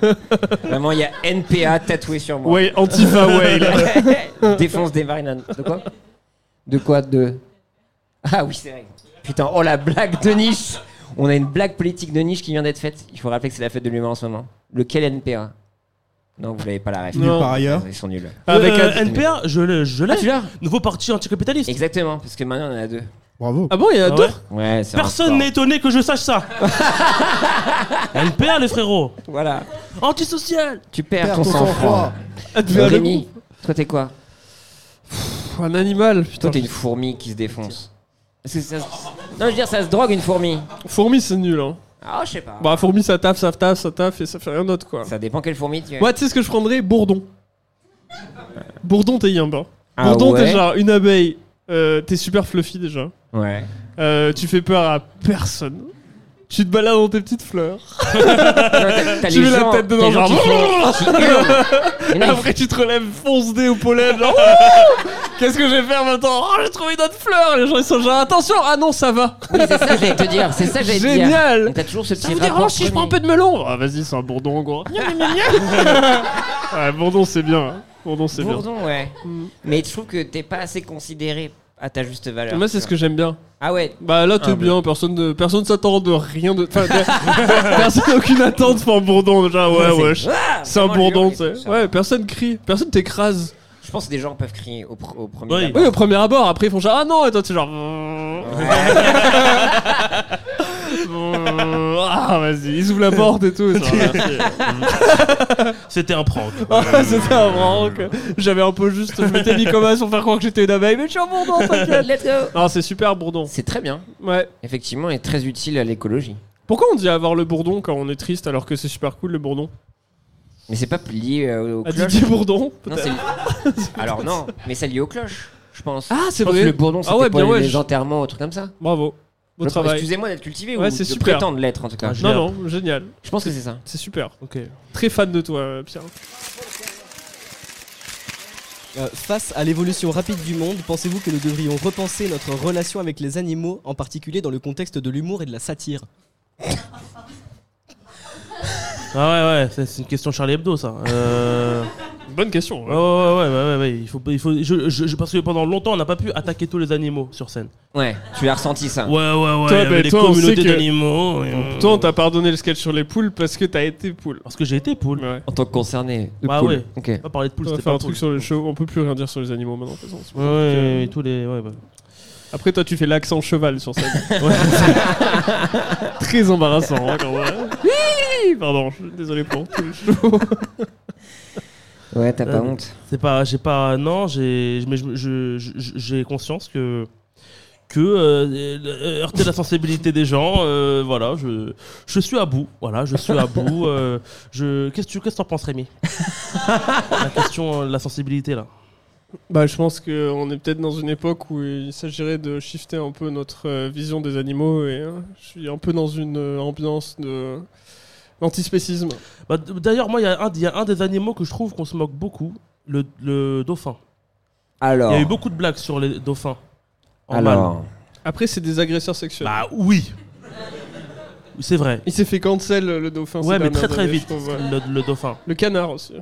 A: Vraiment, il y a NPA tatoué sur moi.
B: ouais, antifa whale.
A: Défonce des marines. De quoi De quoi De. Ah oui, c'est vrai. Putain, oh la blague de niche On a une blague politique de niche qui vient d'être faite. Il faut rappeler que c'est la fête de l'humain en ce moment. Lequel NPA Non, vous l'avez pas la ref.
C: Nulle part ailleurs.
A: Ils sont nuls.
D: Avec
B: Avec
D: euh,
B: un-
D: NPR, je l'ai. Je l'ai.
A: Ah, tu l'as
D: Nouveau parti anticapitaliste.
A: Exactement, parce que maintenant on en a deux.
C: Bravo.
B: Ah bon, il y en a
D: Ah
B: deux
D: ouais
A: Ouais, c'est un
D: Personne
A: sport.
D: n'est étonné que je sache ça. NPR, les frérots.
A: Voilà.
D: Antisocial.
A: Tu perds
C: Perds
A: ton
C: ton
A: sang-froid.
C: sang-froid.
A: Euh, Rémi, toi t'es quoi
B: Pff, Un animal,
A: Toi
B: putain.
A: t'es une fourmi qui se défonce. Parce que ça se- Non, je veux dire, ça se drogue une fourmi.
B: Fourmi, c'est nul, hein.
A: Ah, je sais pas.
B: Bah, fourmi, ça taffe, ça taffe, ça taffe et ça fait rien d'autre, quoi.
A: Ça dépend quelle fourmi tu es.
B: Moi, tu sais ce que je prendrais Bourdon. Bourdon, t'es yamba.
A: Ah
B: Bourdon,
A: ouais
B: t'es genre une abeille. Euh, t'es super fluffy déjà.
A: Ouais.
B: Euh, tu fais peur à personne. Tu te balades dans tes petites fleurs.
A: T'as t'as
B: Tu
A: Ah, les
B: mets la
A: gens-
B: tête dedans,
A: t'as les gens
B: genre-
A: qui font- qui hurlent. Et là, ils
B: Après, tu te relèves, fonce dé au pollen. Genre, Oh qu'est-ce que je vais faire maintenant Oh, j'ai trouvé une autre fleur. Les gens, ils sont genre, attention, ah non, ça va.
A: Oui, c'est ça que j'allais te dire. C'est ça que j'allais te dire.
B: Génial.
A: Donc, T'as toujours ce
B: Ça
A: petit
B: vous dérange
A: rapport
B: si je prends un peu
A: premier.
B: de melon Ah, vas-y, c'est un bourdon, gros. ah, bourdon, c'est bien. hein. Bourdon, c'est bien.
A: Bourdon, ouais.
B: Mm.
A: Mais je trouve que t'es pas assez considéré à ta juste valeur.
B: Moi, c'est ce que j'aime bien.
A: Ah ouais.
B: Bah là,
A: Ah,
B: tout bien, personne ne personne s'attend de rien de. Enfin, de- personne aucune attente pour un bourdon, déjà, ouais,
A: C'est-
B: wesh.
A: Ah,
B: C'est un
A: vraiment, lui,
B: bourdon,
A: on-
B: tu sais.
A: ça.
B: Ouais, personne crie, personne t'écrase.
A: Je pense que des gens peuvent crier au, pr- au premier.
D: Oui.
A: abord.
B: Oui, au premier abord, après ils font genre ah non, et toi t'es genre. Ah Ah, vas-y, ils ouvrent la porte et tout. ils sont là, merci.
D: C'était un prank.
B: Ah, C'était un prank. J'avais un peu juste. Je m'étais mis comme un sur faire croire que j'étais une abeille, mais je suis un bourdon, t'inquiète.
A: Let's go.
B: Non, c'est super bourdon.
A: C'est très bien.
B: Ouais.
A: Effectivement, et très utile à l'écologie.
B: Pourquoi on dit avoir le bourdon quand on est triste alors que c'est super cool le bourdon
A: Mais c'est pas lié euh, aux
B: À
A: cloches.
B: Didier Bourdon,
A: Non,
B: peut-être.
A: c'est- Alors non, mais c'est lié aux cloches, je pense.
B: Ah, c'est
A: Je pense
B: vrai.
A: que Le Bourdon,
B: Ah
A: c'était
B: ouais,
A: pour
B: bien ouais,
A: les
B: je-
A: enterrements ou un truc comme ça.
B: Bravo. Beau
A: Je-
B: travail.
A: Excusez-moi d'être cultivé
B: Ouais,
A: ou
B: c'est
A: de
B: super.
A: prétendre l'être en tout cas.
B: Non, non, génial.
A: Je pense que c'est ça.
B: C'est super. Ok. Très fan de toi, euh, Pierre.
K: Euh, face à l'évolution rapide du monde, pensez-vous que nous devrions repenser notre relation avec les animaux, en particulier dans le contexte de l'humour et de la satire
D: Ah ouais, ouais, ça, c'est une question Charlie Hebdo, ça. Euh...
B: Bonne question. hein.
D: Ouais, ouais, ouais, ouais, ouais, ouais, Il faut, il faut, je, je- je- parce que pendant longtemps, on n'a pas pu attaquer tous les animaux sur scène.
A: Ouais, tu l'as ressenti ça.
D: Ouais, ouais, ouais. il y
B: Toi,
D: avait
B: bah,
D: des
B: toi, on sait
D: communautés
B: que-
D: d'animaux. et-
B: Toi, on t'a pardonné le sketch sur les poules parce que t'as été poule.
D: Parce que j'ai été poule.
A: En tant que concerné. de
D: Bah
A: poule.
D: ouais.
A: Ok.
D: Pas parler de poule,
B: on va
D: c'était
B: faire
D: pas
B: un truc
D: poule.
B: sur le show. On peut plus rien dire sur les animaux maintenant. de toute façon, c'est plus
D: Ouais,
B: compliqué.
D: ouais, ouais, tous les. Ouais, ouais.
B: Après, toi, tu fais l'accent cheval sur scène.
D: bah.
B: C'est Très embarrassant. hein, quand même. Oui Pardon, je suis désolé pour tout le show.
A: Ouais, t'as pas
D: Euh,
A: honte.
D: C'est pas, j'ai pas, non, j'ai, mais je- je- je- j'ai conscience que que euh, euh, heurter la sensibilité des gens, euh, voilà, je, je suis à bout, voilà, je suis à bout. euh, je, qu'est-ce que tu, qu'est-ce que t'en penses, Rémi La question euh, de la sensibilité là.
B: Bah, je pense qu'on est peut-être dans une époque où il s'agirait de shifter un peu notre euh, vision des animaux et euh, je suis un peu dans une euh, ambiance de l'antispécisme.
D: Bah, d- d'ailleurs, moi, il y, a un- il y a un des animaux que je trouve qu'on se moque beaucoup, le, le dauphin.
A: Alors.
D: Il y a eu beaucoup de blagues sur les dauphins. En
A: Alors.
D: mâle.
B: Après, c'est des agresseurs sexuels.
D: Bah oui C'est vrai.
B: Il s'est fait cancel le dauphin.
D: Ouais,
B: ces
D: mais très
B: dernières
D: très
B: années,
D: vite,
B: je trouve, ouais.
D: le, le dauphin.
B: Le canard aussi.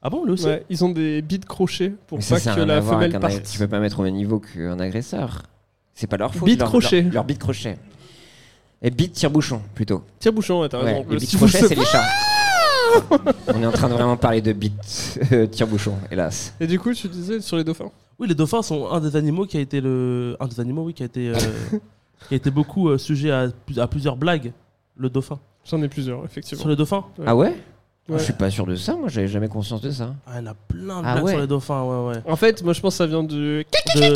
D: Ah bon, lui aussi
B: Ouais, Ils ont des bits crochets pour
A: Mais ça,
B: pas
A: ça a
B: que
A: rien à
B: la
A: voir avec
B: femelle
A: un agré-
B: parte.
A: Tu peux pas mettre au même niveau qu'un agresseur. C'est pas leur faute.
B: Bite
A: leur,
B: crochet.
A: Leur, leur bite crochet. Et bite tire-bouchon, plutôt.
B: Tire-bouchon, ouais, t'as
A: Ouais,
B: raison.
A: les
B: Le-
A: bites
B: si vous
A: crochets,
B: le
A: c'est les
B: savez-
A: chats. On est en train de vraiment parler de bite euh, tire-bouchon, hélas.
B: Et du coup, tu disais sur les dauphins
D: Oui, les dauphins sont un des animaux qui a été le un des animaux oui qui a été euh, qui a été beaucoup euh, sujet à, plus- à plusieurs blagues. Le dauphin.
B: J'en ai plusieurs, effectivement.
D: Sur les dauphins
A: Ah ouais,
B: Ouais.
A: Je suis pas sûr de ça, moi j'avais jamais conscience de ça.
D: Ah, il y en a plein de
A: Ah
D: blagues
A: ouais.
D: sur les dauphins, ouais ouais.
B: En fait, moi je pense que ça vient du.
D: De-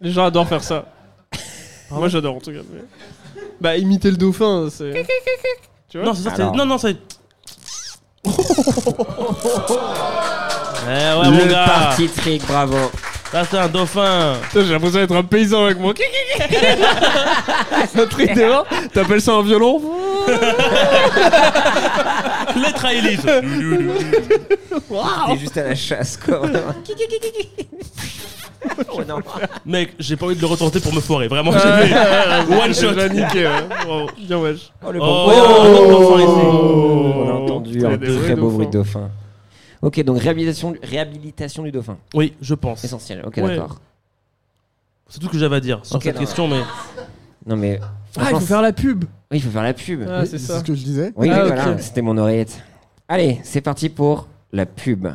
B: Les gens adorent faire ça.
A: Ah
B: moi j'adore en tout cas. mais- Bah, imiter le dauphin, c'est. tu vois
D: Non, c'est ça, c'est- non non, c'est Eh
B: Ah,
D: ouais, mon
A: Le
D: gars.
A: parti trick, bravo.
D: Ça c'est un dauphin.
B: Putain, J'ai l'impression d'être un paysan avec mon. C'est un truc d'erreur T'appelles ça un violon
D: Lettre à Élise.
A: T'es juste à la chasse, quoi. vraiment. Oh, non.
D: Mec, j'ai pas envie de le retenter pour me foirer, vraiment.
B: Ouais,
D: j'ai
B: ouais,
D: fait
B: ouais,
D: One shot.
B: Déjà niqué, ouais. Bravo. Bien wesh.
A: Oh, le
D: Oh,
A: bon- On a entendu
B: Il
D: il y a un dauphin ici.
B: y a
A: un
B: Oh, des vrais
A: très beau
B: dauphins.
A: bruit de dauphin. Ok, donc réhabilitation, réhabilitation du dauphin.
D: Oui, je pense.
A: Essentiel, ok,
D: Ouais.
A: d'accord.
D: C'est tout ce que j'avais à dire sur
A: Ok,
D: cette
A: non,
D: question, mais
A: Non mais.
B: Ah, il
A: franchement,
B: faut faire la pub
A: Oui, il faut faire la pub.
B: Ah, c'est
C: C'est
B: ça.
C: ce que je disais.
A: Oui,
B: Ah,
A: oui,
B: ok.
A: voilà, c'était mon oreillette. Allez, c'est parti pour la pub.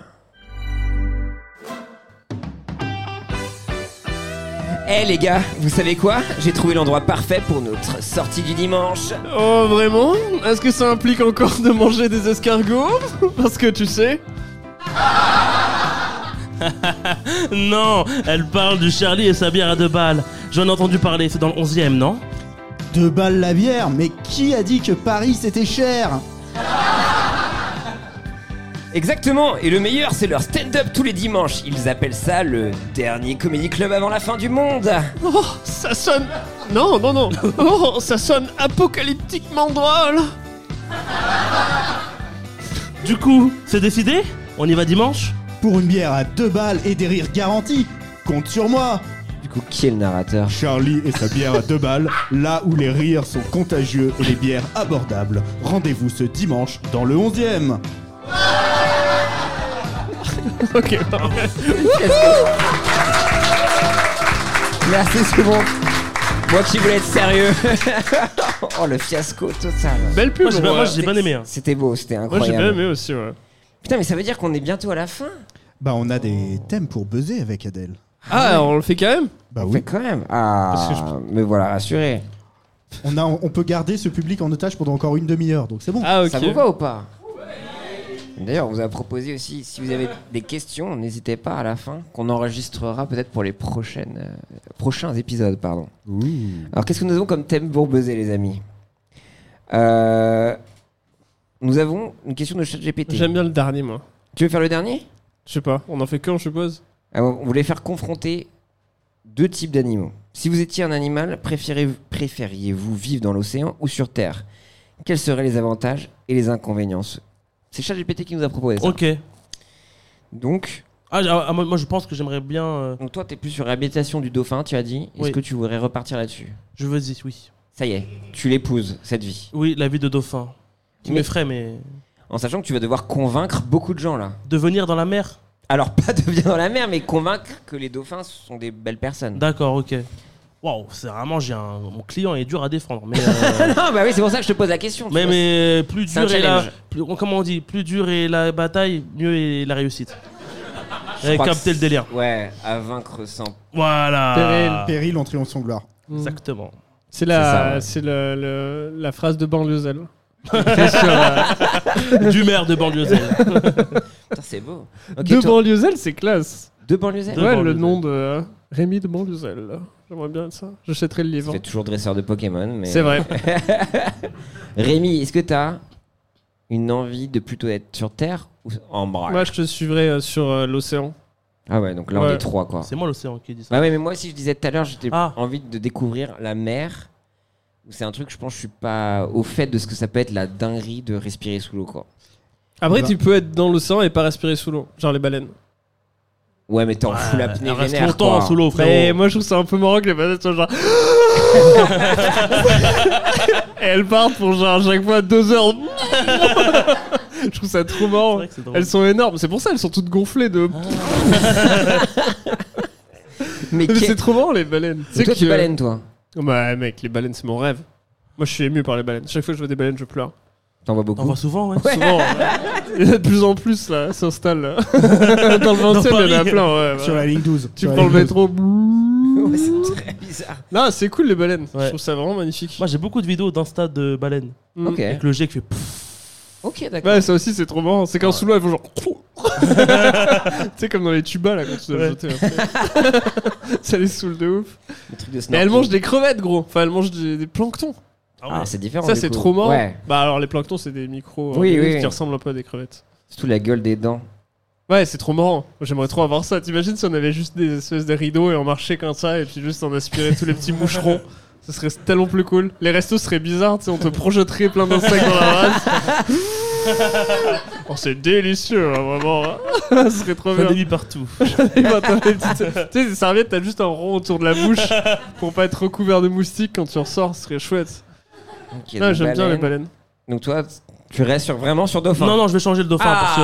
A: Eh les gars, vous savez quoi J'ai trouvé l'endroit parfait pour notre sortie du dimanche.
B: Oh, vraiment Est-ce que ça implique encore de manger des escargots Parce que tu sais.
D: non, elle parle du Charlie et sa bière à deux balles. J'en ai entendu parler, c'est dans le 11 e non
C: Deux balles la bière, mais qui a dit que Paris c'était cher
A: Exactement, et le meilleur c'est leur stand-up tous les dimanches. Ils appellent ça le dernier comédie club avant la fin du monde.
B: Oh, ça sonne. Non, non, non. Oh, ça sonne apocalyptiquement drôle.
D: Du coup, c'est décidé On y va dimanche
C: Pour une bière à deux balles et des rires garantis, compte sur moi
A: Du coup, qui est le narrateur
C: Charlie et sa bière à deux balles, là où les rires sont contagieux et les bières abordables. Rendez-vous ce dimanche dans le 11e.
B: ok, parfait.
A: Merci, c'est bon. Moi qui voulais être sérieux. oh le fiasco total.
B: Belle pub.
D: Moi, j'ai- moi, j'ai
B: ouais.
D: bien aimé. hein.
A: C'était beau, c'était
B: Moi, j'ai
A: incroyable.
B: bien aimé aussi, ouais.
A: Putain, mais ça veut dire qu'on est bientôt à la fin
C: Bah on a des thèmes pour buzzer avec Adèle.
A: Ah
B: Ah, on le fait quand même
C: Bah
A: On
C: oui.
A: fait quand même. Ah,
B: Parce que
A: me voilà rassuré.
C: On, a, on peut garder ce public en otage pendant encore une demi-heure, donc c'est bon.
A: Ah, ok. Ça vous va ou pas D'ailleurs, on vous a proposé aussi, si vous avez des questions, n'hésitez pas à la fin, qu'on enregistrera peut-être pour les prochaines, euh, prochains épisodes. Pardon. Alors, qu'est-ce que nous avons comme thème pour buzzer, les amis Euh, Nous avons une question de ChatGPT.
B: J'aime bien le dernier, moi.
A: Tu veux faire le dernier
B: Je sais pas, on en fait qu'un, je suppose.
A: Alors, on voulait Ah, faire confronter deux types d'animaux. Si vous étiez un animal, préférez- préfériez-vous vivre dans l'océan ou sur Terre Quels seraient les avantages et les inconvénients C'est ChatGPT qui nous a proposé ça.
D: Ok.
A: Donc.
D: Ah, ah, ah, moi, moi, je pense que j'aimerais bien. euh,
A: Donc toi, t'es plus sur l'habitation du dauphin, tu as dit. Est-ce
D: Oui.
A: que tu voudrais repartir là-dessus
D: Je veux dire, oui.
A: Ça y est, tu l'épouses, cette vie.
D: Oui, la vie de dauphin. Qui
A: Mais-
D: m'effraie, mais.
A: En sachant que tu vas devoir convaincre beaucoup de gens là.
D: Devenir dans la mer
A: Alors pas devenir dans la mer, mais convaincre que les dauphins sont des belles personnes.
D: D'accord, ok. Waouh, c'est vraiment, j'ai un. Mon client est dur à défendre. Mais. euh,
A: non, bah oui, c'est pour ça que je te pose la question. tu
D: Mais,
A: vois.
D: mais plus
A: C'est un
D: dur est la,
A: challenge.
D: plus- comment on dit, plus dur est la bataille, mieux est la réussite.
A: Je
D: Eh,
A: crois que
D: captez le
A: c'est-
D: délire.
A: Ouais, à vaincre sans.
B: Ah.
D: Voilà.
C: Péril en triomphe sans gloire.
D: Exactement.
B: C'est
A: C'est ça,
B: la,
A: ouais.
B: c'est le- le- la phrase de Banlieusel.
D: Du maire de Banlieusel.
A: Putain, c'est beau. Ok,
B: de
A: toi-
B: Banlieusel, c'est classe.
A: De Banlieusel
B: Ouais,
A: De
B: le
A: Banlieusel.
B: nom de euh, Rémi de Banlieusel. J'aimerais bien être ça. J'achèterais le livre.
A: Tu es toujours dresseur de Pokémon, mais.
B: C'est vrai.
A: Rémi, est-ce que t'as une envie de plutôt être sur Terre ou en bras
B: Moi, je te suivrai euh, sur euh, l'océan.
A: Ah ouais, donc là on
B: Ouais.
A: est trois quoi.
D: C'est moi l'océan qui dit ça.
A: Bah ouais, mais moi aussi je disais tout à l'heure, j'étais
D: Ah.
A: envie de découvrir la mer. C'est un truc, je pense, je suis pas au fait de ce que ça peut être la dinguerie de respirer sous l'eau quoi.
B: Après,
A: Bah.
B: tu peux être dans l'océan et pas respirer sous l'eau, genre les baleines.
A: Ouais, mais t'es en
D: Ouais,
A: full apnée
D: elle reste
A: vénère,
D: longtemps
A: quoi.
D: sous l'eau, frérot.
B: Mais moi, je trouve ça un peu marrant que les baleines soient genre. et elles partent pour genre à chaque fois deux heures. je trouve ça trop marrant.
D: vrai que c'est drôle.
B: Elles sont énormes. C'est pour ça, elles sont toutes gonflées de.
A: Mais,
B: Mais
A: quel-
B: c'est trop marrant les baleines.
A: Mais toi, t'es baleine, toi.
B: Oh, Bah mec, les baleines c'est mon rêve. Moi je suis ému par les baleines. Chaque fois que je vois des baleines, je pleure.
A: T'en vois beaucoup
D: On voit souvent, ouais.
B: Souvent. Il y en a de plus en plus là, s'installe là. Dans le
D: Dans
B: 20 il y en a
D: Paris.
B: plein. ouais,
C: Sur
B: ouais.
C: la ligne 12.
B: Tu
C: Sur la
B: prends le
C: ligne 12.
B: métro.
A: Ouais, c'est très bizarre.
B: Non, c'est cool les baleines.
D: Ouais.
B: Je trouve ça vraiment magnifique.
D: Moi j'ai beaucoup de vidéos d'insta de baleines.
B: Mm.
A: Ok.
D: Avec le jet qui fait pfff.
A: Ok, d'accord.
B: Ouais, ça aussi c'est trop marrant. C'est quand sous l'eau elles vont genre. tu sais, comme dans les tubas là quand tu dois
D: Ouais.
B: jeter après. ça les saoule de ouf.
A: Le truc de
B: Mais
A: snorkeling.
B: elles mangent des crevettes gros. Enfin, elles mangent des, des planctons.
A: Ah, c'est différent.
B: Ça
A: du
B: c'est
A: coup.
B: trop marrant.
A: Ouais.
B: Bah alors les planctons c'est des micros euh,
A: Oui,
B: des
A: oui,
B: livres
A: oui.
B: qui ressemblent un peu à des crevettes.
A: Surtout la gueule des dents.
B: Ouais, c'est trop marrant. J'aimerais trop avoir ça. T'imagines si on avait juste des espèces de rideaux et on marchait comme ça et puis juste on aspirait tous les petits moucherons. Ce serait tellement plus cool. Les restos seraient bizarres, tu sais, on te projetterait plein d'insectes dans la race. oh, c'est délicieux, hein, vraiment. hein. Ce serait trop bien.
D: Plein débit partout.
B: Et ben, t'as les petites- Tu sais, des serviettes, t'as juste un rond autour de la bouche pour pas être recouvert de moustiques quand tu ressors. Ce serait chouette.
A: Ok,
B: Non,
A: donc
B: j'aime bien les baleines.
A: Donc toi, tu restes sur- vraiment sur dauphin.
D: Non, non, je vais changer le dauphin
A: Ah.
D: parce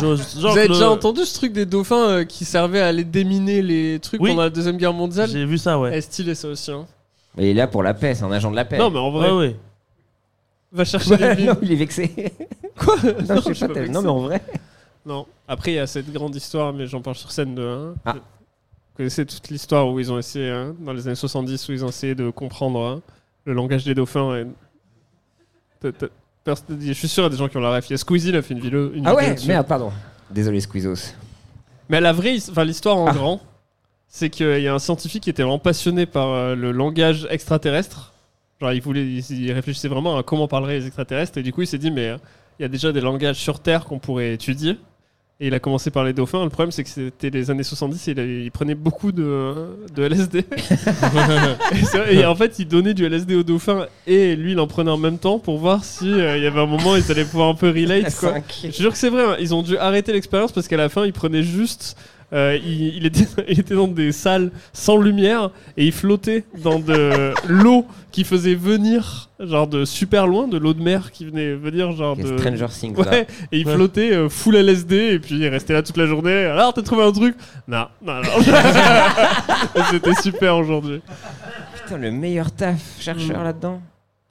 D: que. euh, je- genre
B: Vous avez
D: le-
B: déjà entendu ce truc des dauphins euh, qui servaient à aller déminer les trucs
D: Oui.
B: pendant la Deuxième Guerre mondiale
D: J'ai vu ça, ouais.
B: Est stylé ça aussi. hein.
A: Mais il est là pour la paix, c'est un agent de la paix.
B: Non, mais en vrai,
D: Ouais, ouais.
B: va chercher les mines.
A: non, il est vexé.
B: Quoi
A: Non, je sais
B: je suis
A: pas,
B: pas
A: t'as-
B: vexé.
A: non, mais en vrai.
B: Non. Après, il y a cette grande histoire, mais j'en parle sur scène de. hein.
A: Ah.
B: Vous connaissez toute l'histoire où ils ont essayé, hein, dans les années 70, où ils ont essayé de comprendre hein, le langage des dauphins. Et... T'as- t'as- personne ne dit- Je suis sûr, il y a des gens qui ont la ref. Il y a Squeezie, il a fait une vidéo. Une
A: Ah
B: vidéo
A: ouais,
B: dessus.
A: merde, pardon. Désolé, Squeezos.
B: Mais la vraie, his- enfin l'histoire en grand, c'est qu'il y a un scientifique qui était vraiment passionné par euh, le langage extraterrestre. Genre, il voulait, il, il réfléchissait vraiment à comment parleraient les extraterrestres. Et du coup, il s'est dit, mais euh, il y a déjà des langages sur Terre qu'on pourrait étudier. Et il a commencé par les dauphins. Le problème, c'est que c'était les années 70 et il, avait- il prenait beaucoup de, de LSD. et, c'est- et en fait, il donnait du LSD aux dauphins et lui, il en prenait en même temps pour voir si euh, il y avait un moment ils allaient pouvoir un peu relate. Quoi. Je jure que c'est vrai, hein. ils ont dû arrêter l'expérience parce qu'à la fin, ils prenaient juste. euh, il, il était, il était dans des salles sans lumière et il flottait dans de l'eau qui faisait venir, genre de super loin, de l'eau de mer qui venait venir, genre
A: Ok,
B: de.
A: Stranger Things.
B: Ouais,
A: là.
B: et il
D: Ouais.
B: flottait euh, full LSD et puis il restait là toute la journée. Alors t'as trouvé un truc Non, non, non. C'était super aujourd'hui. Hmm.
A: Putain, le meilleur taf chercheur là-dedans.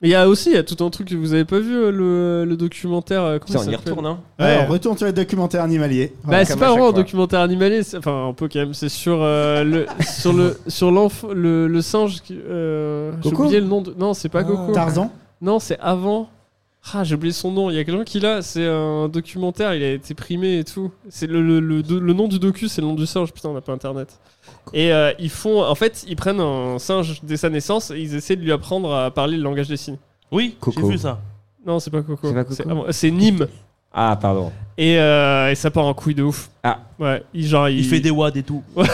B: Mais il y a aussi il y a tout un truc que vous avez pas vu, euh, le, le documentaire. euh, comment
C: Ça, on
B: ça
C: y
B: s'appelle
C: retourne, hein
B: Ouais.
C: Ouais, on retourne sur les documentaires animaliers.
B: Bah, c'est pas vraiment un documentaire animalier, c'est- enfin un peu quand même, c'est sur euh, le sur le sur l'enfant le, le singe qui euh, j'ai
C: Coco
B: oublié le nom de non, c'est
D: Ah.
B: pas Coco.
C: Tarzan
B: Non, c'est avant. Ah, j'ai oublié son nom. Il y a quelqu'un qui l'a, c'est un documentaire, il a été primé et tout. C'est le, le, le, do- le nom du docu, c'est le nom du singe. Putain, on n'a pas internet. Et euh, ils font en fait, ils prennent un singe dès sa naissance et ils essaient de lui apprendre à parler le langage des signes.
D: Oui, j'ai vu ça.
B: Non, c'est pas Coco.
D: C'est pas Coco
B: avant- C'est Nîmes.
A: Ah, pardon.
B: Et, euh, et ça part en couille de ouf.
A: Ah.
B: Ouais, il, genre, il...
D: Il fait des wads et tout.
B: Ouais.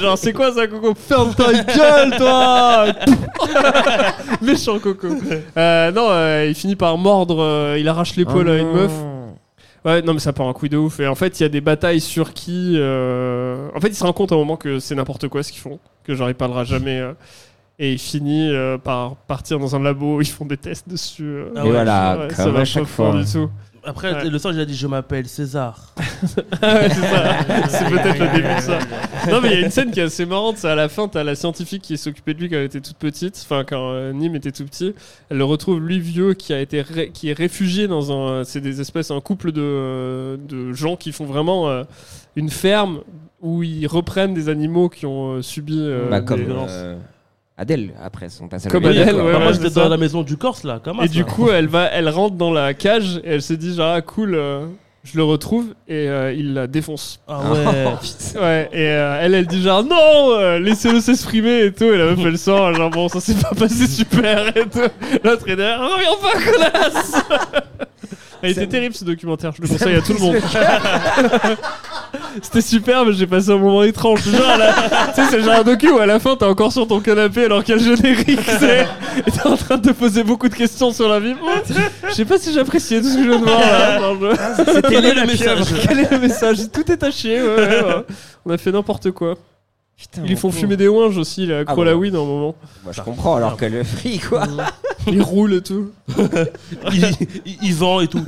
B: genre, c'est quoi ça, Coco Ferme ta gueule, toi Méchant Coco. Euh, non, euh, il finit par mordre, euh, il arrache l'épaule
A: Oh
B: à une
A: non.
B: meuf. Ouais, non, mais ça part en couille de ouf. Et en fait, il y a des batailles sur qui. euh, En fait, il se rend compte à un moment que c'est n'importe quoi ce qu'ils font, que genre, il parlera jamais. euh, Et il finit euh, par partir dans un labo où ils font des tests dessus. euh.
D: Ah ouais.
B: Ouais, ça va pas fort du tout.
D: Après,
B: Ouais.
D: le singe, il a dit Je m'appelle César.
B: Ah ouais, c'est ça. C'est peut-être le début de ça. Non, mais il y a une scène qui est assez marrante. C'est à la fin, t'as la scientifique qui s'occupait de lui quand elle était toute petite. Enfin, quand euh, Nîmes était tout petit. Elle le retrouve, lui, vieux, qui, a été ré- qui est réfugié dans un. C'est des espèces, un couple de, euh, de gens qui font vraiment euh, une ferme où ils reprennent des animaux qui ont euh, subi. euh,
A: Bah, comme
B: des violences.
A: euh, Adèle, après son passage. à
B: Comme
A: l'hôpital,
B: Adèle,
A: quoi.
B: ouais,
D: Moi,
B: ouais,
D: j'étais
B: c'est
D: dans
B: ça.
D: la maison du Corse, là, comment
B: Et
D: ça
B: du coup, elle va, elle rentre dans la cage et elle se dit genre ah, cool, euh, je le retrouve et euh, il la défonce.
D: Ah ouais.
B: ouais. Et euh, elle, elle dit genre non, euh, laissez-le s'exprimer et tout. Et la meuf elle sort genre bon ça s'est pas passé super et tout. L'autre est derrière, reviens pas connasse. Et C'était terrible ce documentaire, je le conseille à tout le monde. C'était super, mais j'ai passé un moment étrange. C'est Genre, à la- tu sais, c'est genre un docu où à la fin t'es encore sur ton canapé alors qu'il y a le générique, c'est. Et t'es en train de te poser beaucoup de questions sur la vie. Hum, Je sais pas si j'appréciais tout ce que je viens de voir là. dans le-
D: C'était
B: Quel est
D: la
B: le message
D: pieuvre.
B: Quel est le message Tout est taché, ouais, ouais, ouais. On a fait n'importe quoi. Ils lui
A: mon
B: font
A: pauvre.
B: fumer des ouinges aussi, la
A: Ah
B: croix la
A: bon.
B: weed à un moment.
A: Moi, je comprends, alors que le fric, quoi.
B: Il roule et tout.
D: il, il- il vend et tout.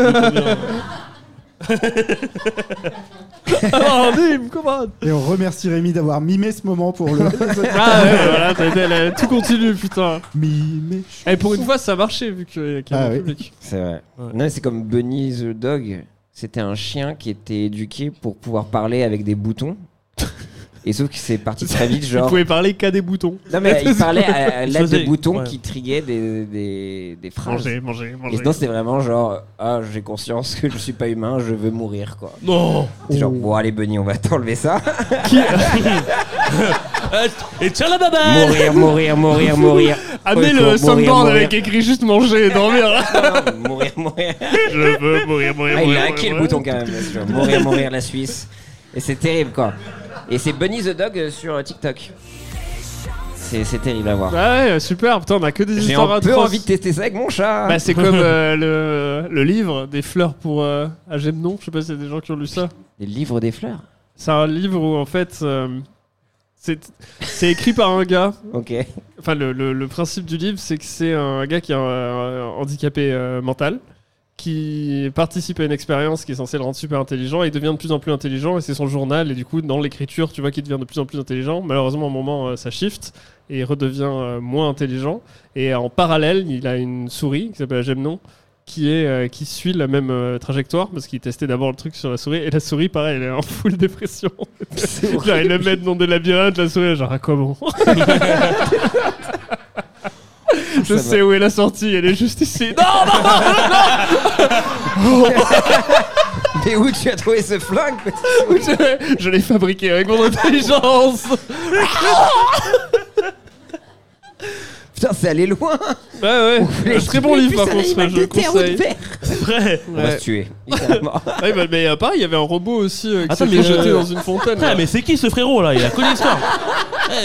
B: oh, Nîmes, comment
C: Et on remercie Rémi d'avoir mimé ce moment pour
B: Ah
C: le.
B: ouais, voilà, t'as- t'as- t'as- tout continue, putain.
C: Mimé.
B: Et pour une fois, ça a marché vu qu'il y a qu'il y a
A: Ah
B: un
A: oui.
B: public.
A: C'est vrai. Non, c'est comme Bunny the Dog. C'était un chien qui était éduqué pour pouvoir parler avec des boutons. Et sauf que c'est parti très vite,
B: Il
A: genre.
B: pouvait parler qu'à des boutons.
A: Non, mais il parlait à, à l'aide de
B: Faisait-
A: boutons
B: ouais.
A: qui triaient des, des, des phrases.
B: Mangez, mangez, mangez.
A: Et sinon, c'était vraiment genre Ah, j'ai conscience que je suis pas humain, je veux mourir, quoi.
D: Non.
A: C'est genre, bon, allez, Bunny, on va t'enlever ça.
D: Euh, et tiens la babelle
A: Mourir, mourir, mourir, mourir. Au
B: Amenez Ah, le
A: secours, mourir,
B: soundboard
A: mourir.
B: avec écrit juste manger et dormir.
A: mourir, mourir.
B: Je veux mourir, mourir,
A: Ah, il
B: mourir,
A: a hacké
B: mourir.
A: le bouton quand même. parce que mourir, mourir la Suisse. Et c'est terrible quoi. Et c'est Bunny the Dog euh, sur euh, TikTok. C'est c'est terrible à voir.
B: Ah ouais, super, putain, on a que des
A: J'ai
B: histoires
A: un peu
B: atroces.
A: envie de tester ça avec mon chat.
B: Bah, c'est comme euh, le, le livre des fleurs pour euh, Agamemnon. Je sais pas s'il y a des gens qui ont lu ça.
A: Les livres des fleurs
B: C'est un livre où en fait. euh, c'est c'est écrit par un gars.
A: Ok.
B: Enfin, le, le- le principe du livre, c'est que c'est un gars qui est un, un handicapé euh, mental, qui participe à une expérience qui est censée le rendre super intelligent, et il devient de plus en plus intelligent, et c'est son journal, et du coup, dans l'écriture, tu vois qu'il devient de plus en plus intelligent. Malheureusement, à un moment, euh, ça shift, et il redevient euh, moins intelligent. Et en parallèle, il a une souris qui s'appelle Agemnon, qui, est, euh, qui suit la même euh, trajectoire, parce qu'il testait d'abord le truc sur la souris, et la souris, pareil, elle est en full dépression. genre, il le met dans des labyrinthes, la souris, genre, à quoi bon Je
D: Ça
B: sais
D: va.
B: où est la sortie, elle est juste ici. Non, non, non, non, non
A: Mais où tu as trouvé ce flingue
B: Je, je l'ai fabriqué avec mon intelligence
A: Putain, c'est allé loin.
B: Ouais, Bah ouais. Un très bon livre, par contre, je le conseille.
A: C'est
B: vrai.
A: On va se tuer. littéralement.
B: Ouais, bah, mais à part, il y avait un robot aussi euh, qui
D: Attends,
B: s'est
D: mais,
B: fait jeter
D: euh,
B: dans une fontaine.
D: Putain, mais c'est qui ce frérot là Il a connu l'histoire.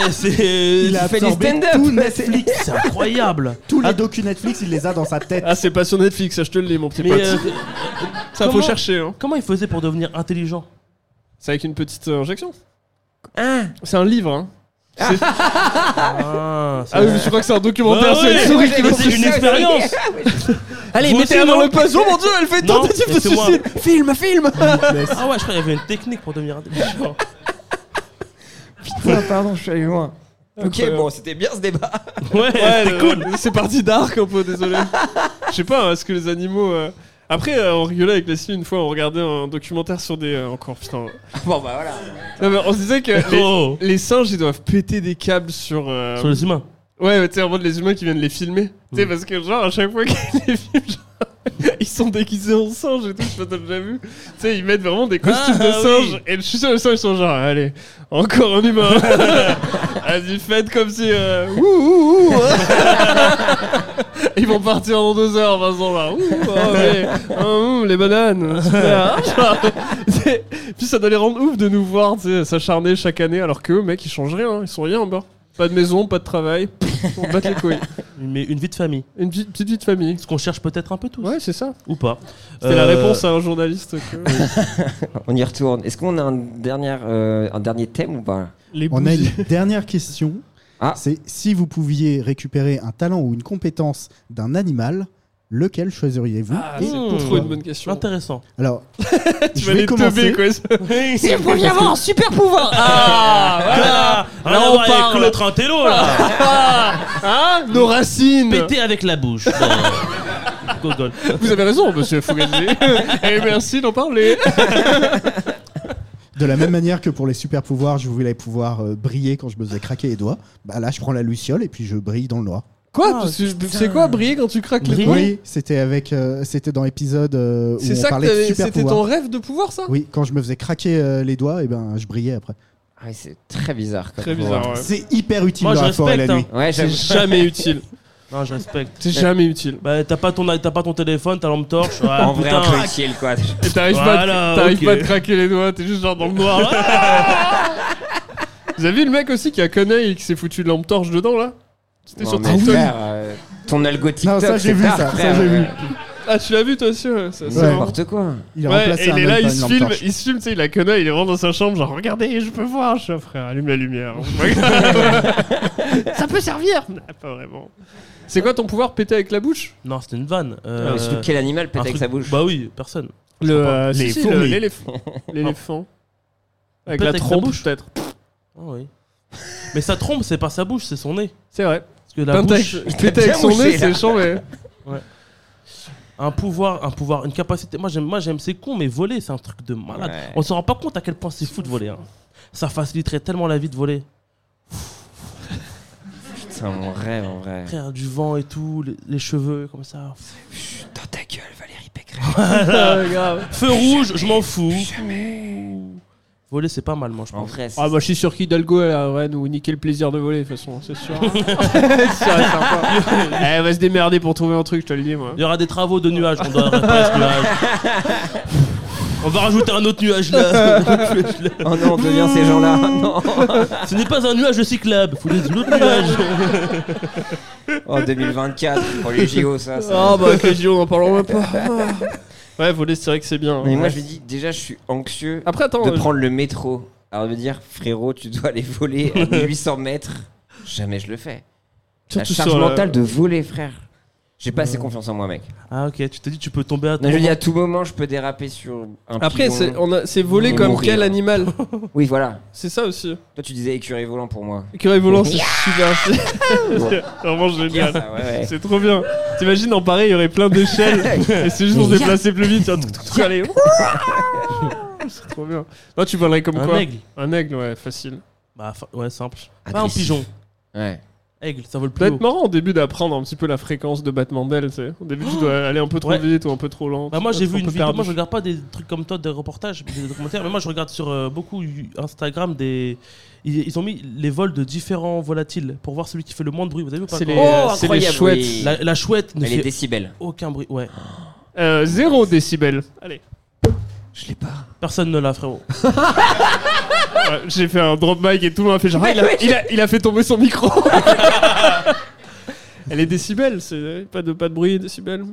D: Eh, c'est-
C: Il a
D: fait
C: absorbé
D: du stand-up.
C: tout Netflix.
D: C'est incroyable.
C: Tous les docus Netflix, il les a dans sa tête.
B: Ah, c'est pas sur Netflix, ça je te le dis, mon petit
D: Mais,
B: pote.
D: euh,
B: ça
D: comment-
B: faut chercher. Hein.
D: Comment il faisait pour devenir intelligent
B: C'est avec une petite euh, injection. C'est un livre. Hein. C'est-
D: Ah,
B: Ah oui, je crois que c'est un documentaire
D: Bah
B: sur
D: ouais,
B: une souris qui
D: mais
B: va
D: c'est une
B: suicider.
D: expérience.
B: Allez,
D: Vous
B: mettez
D: aussi,
B: avant
D: non
B: le poison, mon dieu, elle fait
D: Non,
B: tentative de
D: c'est moi.
B: suicide. Film, film.
D: Ah ouais, je crois qu'il y avait une technique pour devenir intelligent.
A: Putain, pardon, je suis allé loin. Ok, bon, c'était bien ce débat.
B: le- C'est parti dark un peu, désolé. Je sais pas, hein, est-ce que les animaux. euh, Après, euh, on rigolait avec Leslie une fois, on regardait un documentaire sur des. euh, encore, putain.
A: Bon, bah voilà.
B: Non, mais on se disait que
D: Oh.
B: les, les singes, ils doivent péter des câbles sur. euh,
D: Sur les humains.
B: Ouais, mais tu sais, en mode les humains qui viennent les filmer. Tu sais,
D: Mm.
B: parce que genre, à chaque fois qu'ils les filment, genre, ils sont déguisés en singes et tout, je sais pas, t'as déjà vu. Tu sais, ils mettent vraiment des costumes
D: Ah,
B: de
D: ah,
B: singes.
D: oui.
B: Et je suis sûr, les singes sont genre, allez, encore un humain. Vas-y, faites comme si. euh, ouh, ouh, ouh, hein. Ils vont partir dans deux heures, Vincent, là. Ouh, oh, mais, oh, ouh, les bananes, super. Genre, c'est- Puis ça doit les rendre ouf de nous voir tu sais, s'acharner chaque année, alors que eux, mec, ils changent rien, hein. ils sont rien en bas. Pas de maison, pas de travail, Pff, on bat les couilles.
D: Mais une vie de famille.
B: Une petite, petite vie de famille.
D: Ce qu'on cherche peut-être un peu tous.
B: Ouais, c'est ça.
D: Ou pas. Euh,
B: C'était la réponse hein. à un journaliste que.
A: On y retourne. Est-ce qu'on a un dernier, euh, un dernier thème ou pas
C: On a une dernière question.
A: Ah.
C: C'est si vous pouviez récupérer un talent ou une compétence d'un animal, lequel choisiriez-vous
B: Ah,
C: et
B: c'est
C: pourquoi
B: trop une bonne question.
D: Intéressant.
C: Alors,
B: Tu
C: hmm. je
B: vas
C: vais
B: les teubés,
C: commencer.
B: quoi.
A: C'est pour y avoir un super pouvoir
D: Ah,
A: Là,
D: Là,
A: on
D: on parle.
A: parle.
D: Avec l'autre intello, là.
B: Hein Nos racines
D: Péter avec la bouche. Euh, Gogol.
B: Vous avez raison, monsieur Fougazé. Et Eh, merci d'en parler.
C: De la même manière que pour les super pouvoirs, je voulais pouvoir euh, briller quand je me faisais craquer les doigts. Bah là, je prends la luciole et puis je brille dans le noir.
B: Quoi C'est quoi briller quand tu craques les doigts
C: Oui, c'était avec, euh, c'était dans l'épisode euh, où
B: C'est
C: on
B: ça que
C: parlait de
B: t'avais-
C: super
B: c'était
C: pouvoirs.
B: ton rêve de pouvoir, ça
C: Oui, quand je me faisais craquer euh, les doigts, et ben je brillais après.
A: Ah, c'est très bizarre. comme
B: Très
A: pouvoir.
B: bizarre, ouais.
C: C'est hyper utile
D: Moi,
C: dans
D: je
C: la forêt et la nuit.
D: respecte, hein.
A: Ouais,
B: C'est
A: j'avoue.
B: jamais utile.
D: Non, je respecte.
B: C'est jamais utile.
D: Bah, t'as pas, ton, t'as pas ton téléphone, ta lampe torche. Ah,
A: En vrai,
D: putain.
A: un peu utile, quoi.
B: Et t'arrives pas,
D: Voilà,
B: de- t'arrives
D: ok.
B: pas de craquer les doigts, t'es juste genre dans le noir. Vous avez vu le mec aussi qui a connu et qui s'est foutu de lampe torche dedans là C'était
A: Non,
B: sur
A: mais
B: TikTok.
A: frère, euh, ton algo TikTok,
C: Non, ça, j'ai
A: c'est
C: vu,
A: tard,
C: ça, ça,
A: frère,
C: j'ai vu.
A: euh,
B: Ah, tu l'as vu toi aussi ouais, ça,
A: C'est
B: c'est marrant.
A: n'importe quoi.
C: Il a
B: hein. Ouais,
C: remplacé
B: et il
C: un
B: est
C: homme
B: là, il
C: par une
B: se
C: lampe
B: filme,
C: torche.
B: il se filme, tu sais, il la connaît, il est rentre dans sa chambre, genre regardez, je peux voir, je suis un frère, allume la lumière. ça peut servir Ah, Pas vraiment. C'est quoi ton pouvoir péter avec la bouche
D: Non, c'était une vanne. Euh,
A: Mais surtout, quel animal
D: un
A: pète avec
D: truc-
A: sa bouche
D: Bah oui, personne.
B: Le, euh,
C: Les
B: si, si, le-
C: fourmis.
B: L'éléphant. L'éléphant. Avec
D: Pète
B: la
D: avec sa
B: trompe,
D: bouche
B: peut-être.
D: Ah oui. Mais sa trompe, c'est pas sa bouche, c'est son nez.
B: C'est vrai.
D: Parce que la
B: Pète avec-
D: bouche,
B: Péter avec son
A: mouché,
B: nez, c'est
A: là.
B: chiant, mais.
D: un pouvoir, un pouvoir, une capacité. Moi j'aime, moi j'aime, c'est con, mais voler, c'est un truc de malade.
A: Ouais.
D: On se rend pas compte à quel point c'est fou de voler. hein. Ça faciliterait tellement la vie de voler.
A: C'est mon rêve, en vrai.
D: Frère, du vent et tout, les, les cheveux comme ça.
A: Dans ta gueule, Valérie Pécresse.
D: Feu rouge, je m'en fous. Voler, c'est pas mal, moi je
A: En
D: pense.
A: vrai, c'est-
B: Ah bah je suis sûr qu'Hidalgo elle va nous niquer le plaisir de voler de toute façon, c'est sûr. hein. C'est sûr et certain. Eh, Elle va se démerder pour trouver un truc, je te le dis moi.
D: Il y aura des travaux de nuages, on doit réparer ce nuage. On va rajouter un autre nuage là.
A: Oh non, on devient ces gens-là. Non.
D: Ce n'est pas un nuage cyclable, faut des autre nuage.
A: En 2024, pour les JO, ça. ça-
B: Ah bah que on en parlera même pas. Ouais, voler c'est vrai que c'est bien. hein.
A: Mais moi, je me dis, déjà, je suis anxieux
B: Après attends,
A: de
B: euh,
A: prendre le métro. Alors, de me dire, frérot, tu dois aller voler à 800 mètres. Jamais je le fais. La
B: euh, surtout
A: charge
B: sur la-
A: mentale de voler, frère. J'ai pas assez confiance en moi, mec.
D: Ah ok, tu t'es dit tu peux tomber à
A: Non, je dis, à tout moment, je peux déraper sur un
B: Après
A: pilon.
B: c'est on a- c'est voler
A: Et
B: comme
A: mourir.
B: quel animal
A: Oui, voilà.
B: C'est ça aussi.
A: Toi, tu disais écureuil volant pour moi.
B: Écureuil volant c'est super. c'est- Vraiment génial.
A: Ah, ouais, ouais.
B: C'est trop bien. T'imagines en pareil, il y aurait plein d'échelles et c'est juste pour se déplacer plus vite. tiens, tout, tout, tout, allez. C'est trop bien. Non, tu volerais comme
D: Un
B: quoi
D: aigle.
B: Un aigle, ouais, facile.
D: Bah fa- ouais, simple. Pas un
A: Agressif.
D: pigeon.
A: Ouais.
D: Aigle, ça vole plus
B: peut
D: haut.
B: être marrant au début d'apprendre un petit peu la fréquence de battement d'ailes, tu sais. Au début, tu dois aller un peu trop
D: Ouais.
B: vite ou un peu trop lent.
D: Bah moi j'ai vu une vidéo, moi je
B: je...
D: regarde pas des trucs comme toi, des reportages, des documentaires, mais moi je regarde sur euh, beaucoup U- Instagram des... Ils, ils ont mis les vols de différents volatiles pour voir celui qui fait le moins de bruit, vous avez vu ou pas
B: C'est les,
D: quand-
A: Oh,
B: c'est les
A: incroyable,
B: chouettes.
A: oui.
D: la, la chouette ne
A: Mais les
D: fait
A: décibels.
D: aucun bruit, ouais.
B: Euh, zéro décibel. Allez.
A: Je l'ai pas.
D: Personne ne l'a frérot.
B: Ouais, Euh, J'ai fait un drop mic et tout le monde a fait genre. Ah, il, a, il, a, il a fait tomber son micro. Elle est décibel, c'est euh, pas de, pas de bruit décibel.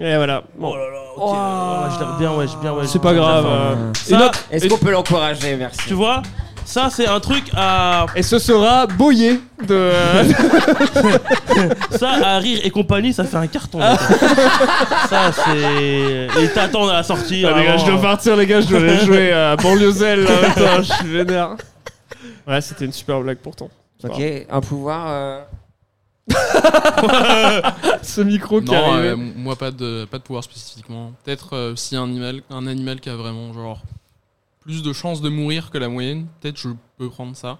B: Et voilà. Bon.
D: Oh là là, ok. Oh, je l'ai- bien ouais, je- bien ouais.
B: C'est
D: je-
B: pas
D: je-
B: grave.
D: j'adore.
B: euh.
D: Ça,
B: Une autre-
A: Est-ce qu'on peut l'encourager Merci.
D: Tu vois, ça c'est un truc à...
B: Et ce sera Boyer de. euh,
D: Ça, à rire et compagnie, ça fait un carton. ça, c'est. Et t'attends à la sortie.
B: Ah, les gars, je dois euh,
D: vraiment.
B: partir, les gars, je dois aller jouer à Banlieusel. là, attends, je suis vénère. Ouais, c'était une super blague pourtant. C'est
A: Ok,
B: pas grave.
A: un pouvoir. euh,
B: Ce micro qui
L: Non,
B: arrivait.
L: euh, m- moi pas de pas de pouvoir spécifiquement. Peut-être euh, si un animal un animal qui a vraiment genre plus de chances de mourir que la moyenne, peut-être je peux prendre ça.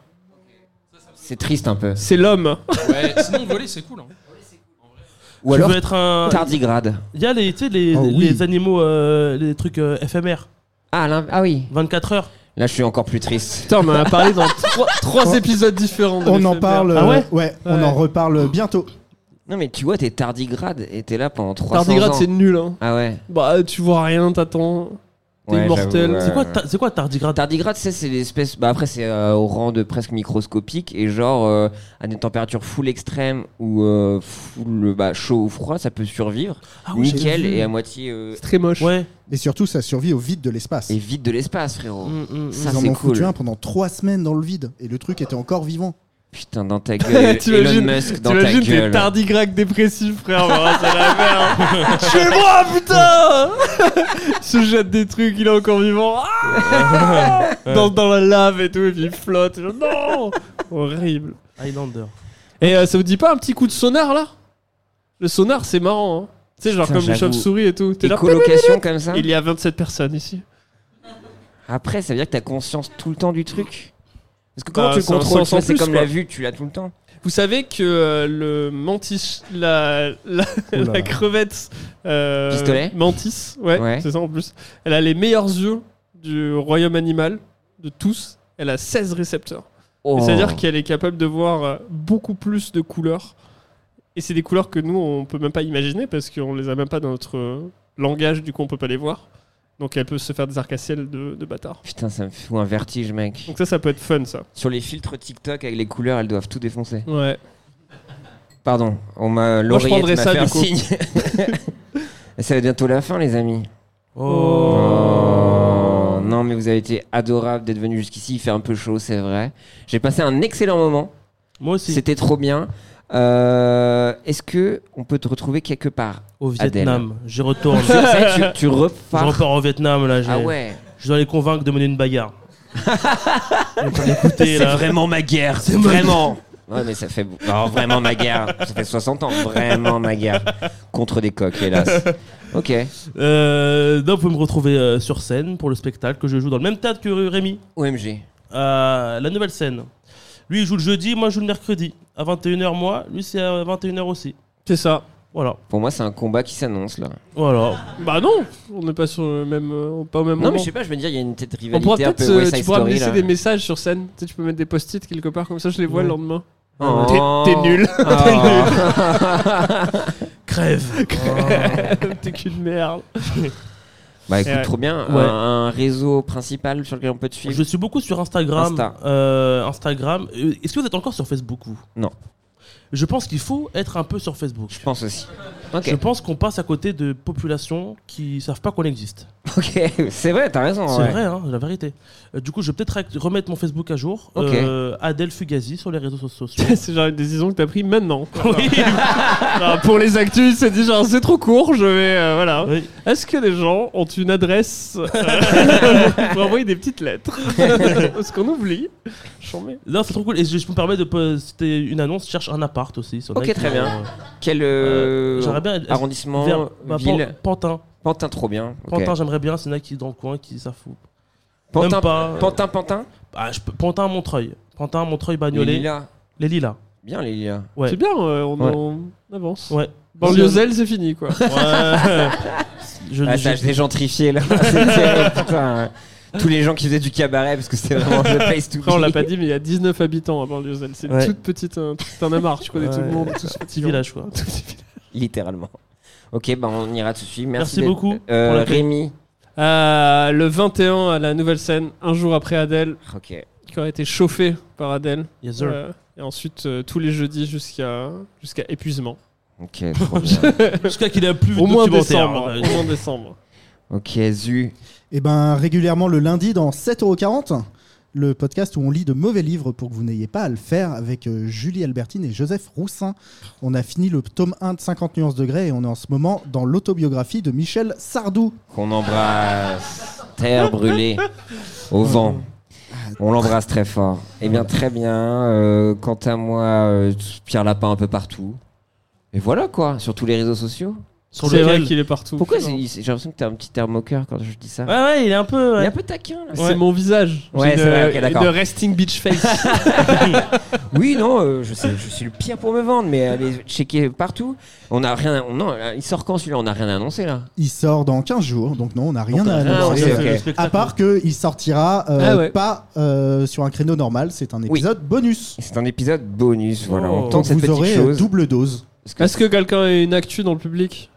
A: C'est triste un peu.
B: C'est l'homme.
L: Ouais, sinon voler c'est cool. hein.
A: Ou
D: Tu
A: alors
D: veux être un
A: tardigrade.
D: Il y a les, tu sais, les,
A: Oh oui.
D: les animaux, euh, les trucs euh, éphémères.
A: Ah, oui.
D: 24 heures.
A: Là, je suis encore plus triste.
B: Putain, on en a parlé dans trois, trois
C: Oh.
B: épisodes différents. de
C: On en
B: l'éphémère.
C: parle.
A: Ah
C: euh,
A: ouais
C: on
A: Ouais.
C: en reparle bientôt.
A: Non, mais tu vois, t'es tardigrade et t'es là pendant 300
B: Tardigrade,
A: ans.
B: c'est nul. Hein.
A: Ah ouais.
B: Bah, tu vois rien, t'attends. T'es
A: Ouais,
B: immortel.
A: j'avoue, ouais,
B: C'est quoi
A: ouais.
B: ta-
D: C'est quoi tardigrade
A: Tardigrade, c'est c'est l'espèce. Bah après, c'est euh, au rang de presque microscopique et genre euh, à des températures full extrêmes ou euh, full bah, chaud ou froid, ça peut survivre.
B: Ah oui, j'ai
A: Nickel
B: vu.
A: et à moitié. euh,
B: très moche.
D: Ouais.
C: Et surtout, ça survit au vide de l'espace.
A: Et vide de l'espace, frérot.
B: Mm,
D: Mm,
A: Ça,
C: Ils en
A: c'est
C: ont foutu
A: cool.
C: un pendant trois semaines dans le vide et le truc était encore vivant.
A: Putain, dans ta gueule. Elon Musk dans ta
B: t'imagines, t'es
A: gueule.
B: tardigrade dépressif, frère. voilà, c'est la merde. Chez-moi, putain Il Se jette des trucs, il est encore vivant. Ah dans, dans la lave et tout, et puis il flotte. Je- Non Horrible.
D: Highlander.
B: Et euh, ça vous dit pas un petit coup de sonar là Le sonar, c'est marrant. Hein. Tu sais, genre
A: Putain,
B: comme les
A: j'avoue.
B: chauves-souris et tout. T'es là,
A: Écolocation comme ça
B: Il y a 27 personnes ici.
A: Après, ça veut dire que t'as conscience tout le temps du truc. Parce que comment
B: Bah,
A: tu le
B: c'est un
A: contrôles
B: sens
A: tu vois,
B: en
A: C'est
B: plus,
A: comme
B: quoi.
A: la vue, tu l'as tout le temps.
B: Vous savez que euh, le mantis, la, la,
A: là
B: la
A: là.
B: crevette euh,
A: Pistolet
B: mantis, ouais,
A: Ouais.
B: c'est ça en plus. Elle a les meilleurs yeux du royaume animal de tous. Elle a 16 récepteurs.
A: Oh.
B: Et C'est-à-dire qu'elle est capable de voir euh, beaucoup plus de couleurs. Et c'est des couleurs que nous, on peut même pas imaginer parce qu'on les a même pas dans notre euh, langage, du coup, on peut pas les voir. Donc elle peut se faire des arcs-à-ciel de, de bâtard.
A: Putain, ça me fout un vertige, mec.
B: Donc ça, ça peut être fun, ça.
A: Sur les filtres TikTok avec les couleurs, elles doivent tout défoncer.
B: Ouais.
A: Pardon, on m'a
B: Moi, je
A: l'oreillette
B: prendrais
A: m'a
B: ça,
A: fait
B: du
A: un
B: coup.
A: signe. Et ça va être bientôt la fin, les amis.
D: Oh.
A: Oh. Non, mais vous avez été adorables d'être venus jusqu'ici. Il fait un peu chaud, c'est vrai. J'ai passé un excellent moment.
D: Moi aussi.
A: C'était trop bien. Euh, Est-ce que on peut te retrouver quelque part
D: Au
A: Adèle
D: Vietnam, j'y retourne.
A: Tu- ça, tu- tu repars.
D: Je repars au Vietnam là. j'ai-
A: Ah ouais.
D: Je dois les convaincre de mener une bagarre. Donc, écoutez,
A: C'est
D: là.
A: vraiment ma guerre,
D: C'est ma-
A: vraiment. Ouais, mais ça fait. Non, vraiment ma guerre. Ça fait 60 ans, vraiment ma guerre. Contre des coqs, hélas. Ok.
D: Euh, donc, vous pouvez me retrouver euh, sur scène pour le spectacle que je joue dans le même théâtre que Rémi.
A: OMG.
D: Euh, la nouvelle scène. Lui, il joue le jeudi, moi, je joue le mercredi. À 21h, moi. Lui, c'est à 21h aussi.
B: C'est ça.
D: Voilà.
A: Pour moi, c'est un combat qui s'annonce là.
D: Voilà.
B: Bah non, on n'est pas sur le même, euh, pas au même
A: Non,
B: moment.
A: mais je sais pas, je veux dire, il y a une tête
B: On
A: rivalité
B: pourra
A: un
B: peut-être,
A: peu
B: euh,
A: West Side
B: tu pourras me
A: Story,
B: laisser
A: là.
B: des messages sur scène. Tu, sais, tu peux mettre des post-it quelque part, comme ça je les vois
D: Ouais.
B: le lendemain.
A: Oh.
B: T'es, t'es nul.
A: Oh.
B: T'es nul.
D: Crève.
B: Crève. T'es qu'une merde.
A: Bah écoute,
B: Et ouais.
A: trop bien.
D: Ouais.
A: Un, un réseau principal sur lequel on peut te suivre.
D: Je suis beaucoup sur Instagram.
A: Insta.
D: euh, Instagram. Euh, Est-ce que vous êtes encore sur Facebook, vous
A: Non.
D: Je pense qu'il faut être un peu sur Facebook. Je
A: pense aussi. Ok.
D: Je pense qu'on passe à côté de populations qui savent pas qu'on existe.
A: Ok, c'est vrai, t'as raison.
D: C'est
A: ouais.
D: vrai, hein, la vérité. Euh, du coup, je vais peut-être rec- remettre mon Facebook à jour.
A: Ok.
D: Euh, Adèle Fugazi sur les réseaux so- sociaux.
B: c'est genre une décision que t'as prise maintenant. quoi.
D: Oui.
B: Genre, pour les actus, c'est dit genre c'est trop court, je vais. euh, voilà.
D: Oui.
B: Est-ce que les gens ont une adresse euh, pour envoyer des petites lettres Parce qu'on oublie. J'en mets.
D: Non, c'est trop cool. Et je, je me permets de poster une annonce. Je cherche un appart aussi. sur
A: Ok,
D: Nike.
A: très bien.
D: Euh,
A: Quel euh,
D: j'aimerais bien-
A: arrondissement,
D: vers- bah,
A: ville
D: Pan- Pantin.
A: Pantin, trop bien. ok.
D: Pantin, j'aimerais bien. C'est Nike dans le coin qui s'en fout.
A: Pantin-
D: Même pas, euh,
A: Pantin, Pantin
D: Ah, je peux- Pantin, Montreuil. Pantin, Montreuil, Bagnolet.
A: Les Lilas.
D: Les Lilas.
A: Bien, les lilas.
D: Ouais.
B: C'est bien, euh, on,
A: Ouais.
B: on avance.
D: Ouais.
B: Banlieusel, c'est fini quoi.
D: Ouais. Je-
A: ah, ça,
D: je-
A: je l'ai gentrifié là. C'est terrible, putain. Tous les gens qui faisaient du cabaret parce que c'était vraiment le place to be.
B: Après, on l'a pas dit, mais il y a 19 habitants à Banlieusel. C'est une
A: Ouais.
B: toute petite, un, tout petit un amarre. Tu connais tout le
D: Ouais.
B: monde, tout ce
D: Petit village, quoi.
B: Tout petit village.
A: Littéralement. Ok, bah on ira dessus. Merci,
D: Merci
A: d'être-
D: beaucoup
A: euh,
D: pour l'accueil.
A: Rémi.
B: Euh, le 21 à la nouvelle scène, un jour après Adèle,
A: Ok.
B: qui aurait été chauffé par Adèle.
D: Yes, sir.
B: Euh, et ensuite euh, tous les jeudis jusqu'à jusqu'à épuisement.
A: Ok, trop bien.
D: Jusqu'à qu'il a plus
B: Au
D: de
B: moins
D: documentaire.
B: décembre.
D: Euh,
B: au moins décembre.
A: ok, Zu.
C: Et ben régulièrement le lundi dans 7,40€, le podcast où on lit de mauvais livres pour que vous n'ayez pas à le faire avec euh, Julie Albertine et Joseph Roussin. On a fini le tome 1 de 50 nuances degrés et on est en ce moment dans l'autobiographie de Michel Sardou.
A: Qu'on embrasse. Terre brûlée. Au vent. On l'embrasse très fort. Eh bien, très bien. Euh, quant à moi, euh, Pierre Lapin un peu partout. Et voilà quoi, sur tous les réseaux sociaux.
B: Sur C'est lequel vrai qu'il est partout.
A: Pourquoi c'est- il- j'ai l'impression que t'as un petit terme au cœur quand je dis ça
B: Ouais, ouais, il est un peu, ouais.
A: Il est un peu taquin. là.
B: C'est mon visage. J'ai
A: Ouais,
B: une- euh,
A: c'est vrai, ok,
B: une
A: d'accord.
B: resting bitch face.
A: oui, non, euh, je, sais, je suis le pire pour me vendre, mais allez checker partout. On a rien. on- non, il sort quand celui-là On n'a rien annoncé là.
C: Il sort dans 15 jours, donc non, on n'a rien
A: Donc,
C: à
A: rien à
C: annoncer.
A: annoncer, ok.
C: À part qu'il sortira euh,
A: Ah ouais.
C: pas euh, sur un créneau normal, c'est un épisode bonus.
A: C'est un épisode bonus, voilà.
C: Oh.
A: On tente
C: Donc
A: cette
C: vous
A: petite
C: aurez, euh,
A: chose.
C: double dose.
B: Est-ce que quelqu'un a une actu dans le public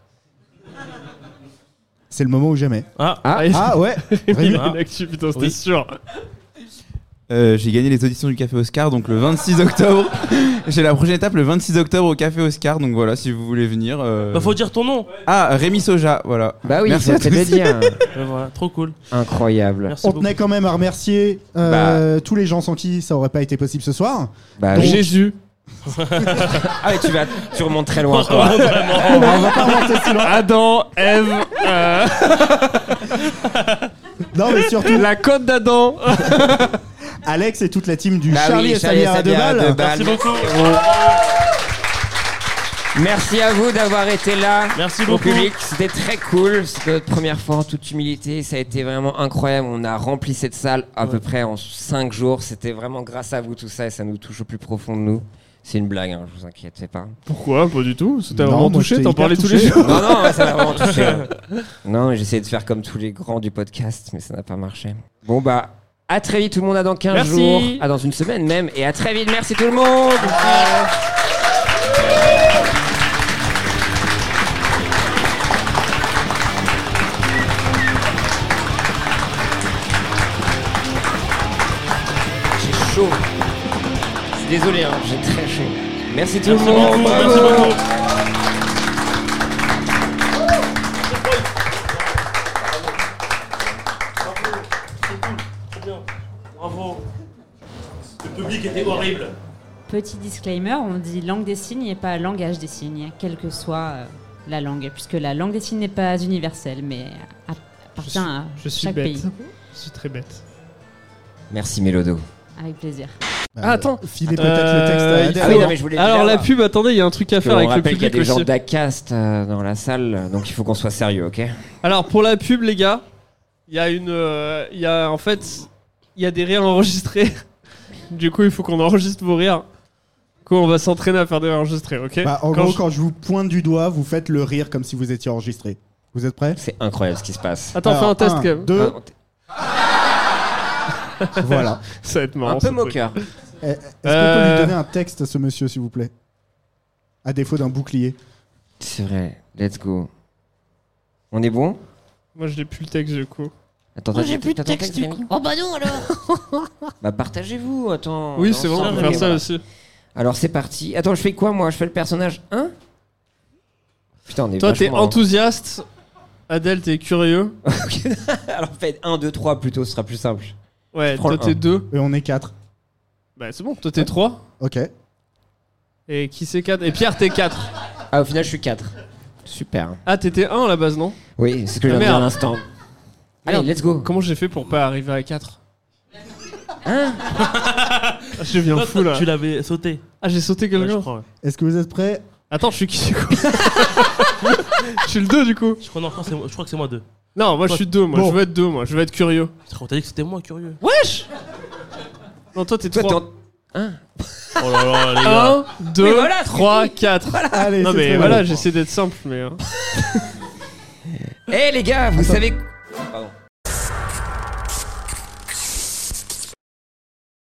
C: C'est le moment ou jamais.
B: Ah,
C: Ah ouais
B: Il
C: Rémi
B: a une actu, putain, c'était
M: Oui.
B: sûr.
M: Euh, j'ai gagné les auditions du Café Oscar, donc le 26 octobre. j'ai la prochaine étape le 26 octobre au Café Oscar, donc voilà, si vous voulez venir. euh,
D: Bah, faut dire ton nom.
M: Ah, Rémi Soja, voilà.
A: Bah
D: oui,
M: Merci
D: ça
M: à
D: fait
M: tous.
D: plaisir. Euh, voilà, trop cool.
A: hein. Incroyable.
C: On tenait quand même à remercier euh, tous les gens sans qui ça aurait pas été possible ce soir.
A: Bah,
C: Donc-
A: oui. ah, mais tu vas, tu remontes très loin. Quoi.
C: on va pas
A: Ah
C: remonter si loin.
B: Adam, Eve.
C: Non, mais surtout.
B: La côte d'Adam.
C: Alex et toute la team du
A: Bah oui,
C: Charlie et
A: Charlie et
C: Samir à deux
A: Samir à
C: balles.
A: deux balles. Merci beaucoup. Merci à vous d'avoir été là.
D: Merci
A: au
D: beaucoup.
A: public. C'était très cool. C'était notre première fois en toute humilité. Ça a été vraiment incroyable. On a rempli cette salle à peu près en 5 jours. C'était vraiment grâce à vous tout ça et ça nous touche au plus profond de nous. C'est une blague, hein, je vous inquiétez pas.
B: Pourquoi Pas du tout. C'était
A: Non,
B: vraiment
A: moi,
B: touché,
A: j'étais
B: t'en
A: hyper
B: parlais tous les
A: touché.
B: jours.
A: Non, non, ouais, ça m'a vraiment touché. ouais. non, mais j'essayais de faire comme tous les grands du podcast, mais ça n'a pas marché. Bon, bah, à très vite, tout le monde, à dans 15
D: Merci.
A: jours, à dans une semaine même, et à très vite, merci tout le monde. J'ai chaud. Je suis désolé, hein, j'ai très chaud. Merci tout le monde. bravo.
D: Bravo. Le public était horrible.
N: Petit disclaimer, on dit langue des signes et pas langage des signes, quelle que soit euh, la langue, puisque la langue des signes n'est pas universelle, mais app- appartient à
B: Je suis
N: chaque
B: bête.
N: pays.
B: Je suis très bête.
A: Merci Mélodo.
N: Avec plaisir.
B: Ah, attends.
C: Bah, filez
A: peut-être le texte à
B: Euh,
A: Adèle.
B: il faut-
C: Bah,
A: Ah oui, non, mais je voulais le
B: Alors
A: dire,
B: la
A: là.
B: pub, attendez, il y a un truc à
A: Parce
B: faire
A: qu'on
B: avec le
A: rappelle qu'il y a
B: public
A: des gens
B: aussi.
A: d'ACAST euh, dans la salle, donc il faut qu'on soit sérieux, ok
B: Alors pour la pub, les gars, il y a une, euh, il y a en fait, il y a des rires enregistrés. du coup, il faut qu'on enregistre vos rires. Du coup, on va s'entraîner à faire des rires enregistrés, ok
C: Bah, en
B: Quand
C: gros,
B: je-
C: quand je vous pointe du doigt, vous faites le rire comme si vous étiez enregistré. Vous êtes prêts
A: C'est incroyable ce qui se passe. Ah,
B: Attends, fais un test, quand même.
C: Deux. voilà.
B: Ça va être marrant.
A: Un peu
B: ce truc.
A: moqueur.
C: Eh, Est-ce qu'on peut
B: Euh,
C: lui donner un texte à ce monsieur, s'il vous plaît À défaut d'un bouclier.
A: C'est vrai, let's go. On est bon
B: Moi, je n'ai plus le texte du coup.
A: Attends,
I: Oh,
A: t'as-
I: j'ai plus de
A: t'as ton
I: texte du
A: Rémi
I: coup. Oh bah non alors
A: Bah partagez-vous, attends.
B: Oui, c'est vrai,
A: ensemble,
B: on peut faire
A: ok,
B: ça
A: voilà.
B: aussi.
A: Alors c'est parti. Attends, je fais quoi moi Je fais le personnage 1 Putain, on est
B: Toi, t'es
A: vachement-
B: enthousiaste. Adèle, t'es curieux.
A: Alors faites 1, 2, 3 plutôt, ce sera plus simple.
B: Ouais,
A: Je prends
B: toi,
A: le
B: t'es
A: un.
B: deux.
C: Et on est quatre.
B: Bah, c'est bon, toi, t'es trois.
C: Ok.
B: Et qui c'est quatre Et Pierre, t'es quatre.
A: Ah, au final, je suis quatre. Super.
B: Ah, t'étais un à la base, non
A: Oui, c'est ce que je
B: Ah,
A: viens de dire à
B: merde.
A: l'instant. Allez,
B: Merde,
A: let's go.
B: Comment j'ai fait pour pas arriver à 4
A: Hein
B: Je viens
D: Non,
B: fou là.
D: tu l'avais sauté.
B: Ah, j'ai sauté quelqu'un
D: Ouais, je crois, ouais.
C: Est-ce que vous êtes prêts
B: Attends, je suis qui du coup Je suis le 2 du coup.
D: Je crois, non, je crois que c'est- je crois que c'est moi deux.
B: Non, moi je suis 2, moi
D: Bon.
B: je veux être 2, moi je veux être curieux.
D: Frérot, T'as dit que c'était moi curieux.
B: Wesh Non, toi t'es 3.
D: Oh là là, les gars.
B: 1,
D: Mais
B: 2,
D: voilà, c'est
B: 3,
D: fini.
B: 4.
D: Allez,
B: Non,
D: c'est
B: mais
D: trop
B: voilà,
D: bon.
B: j'essaie d'être simple, mais. hein.
A: Eh les gars, vous savez. Pardon.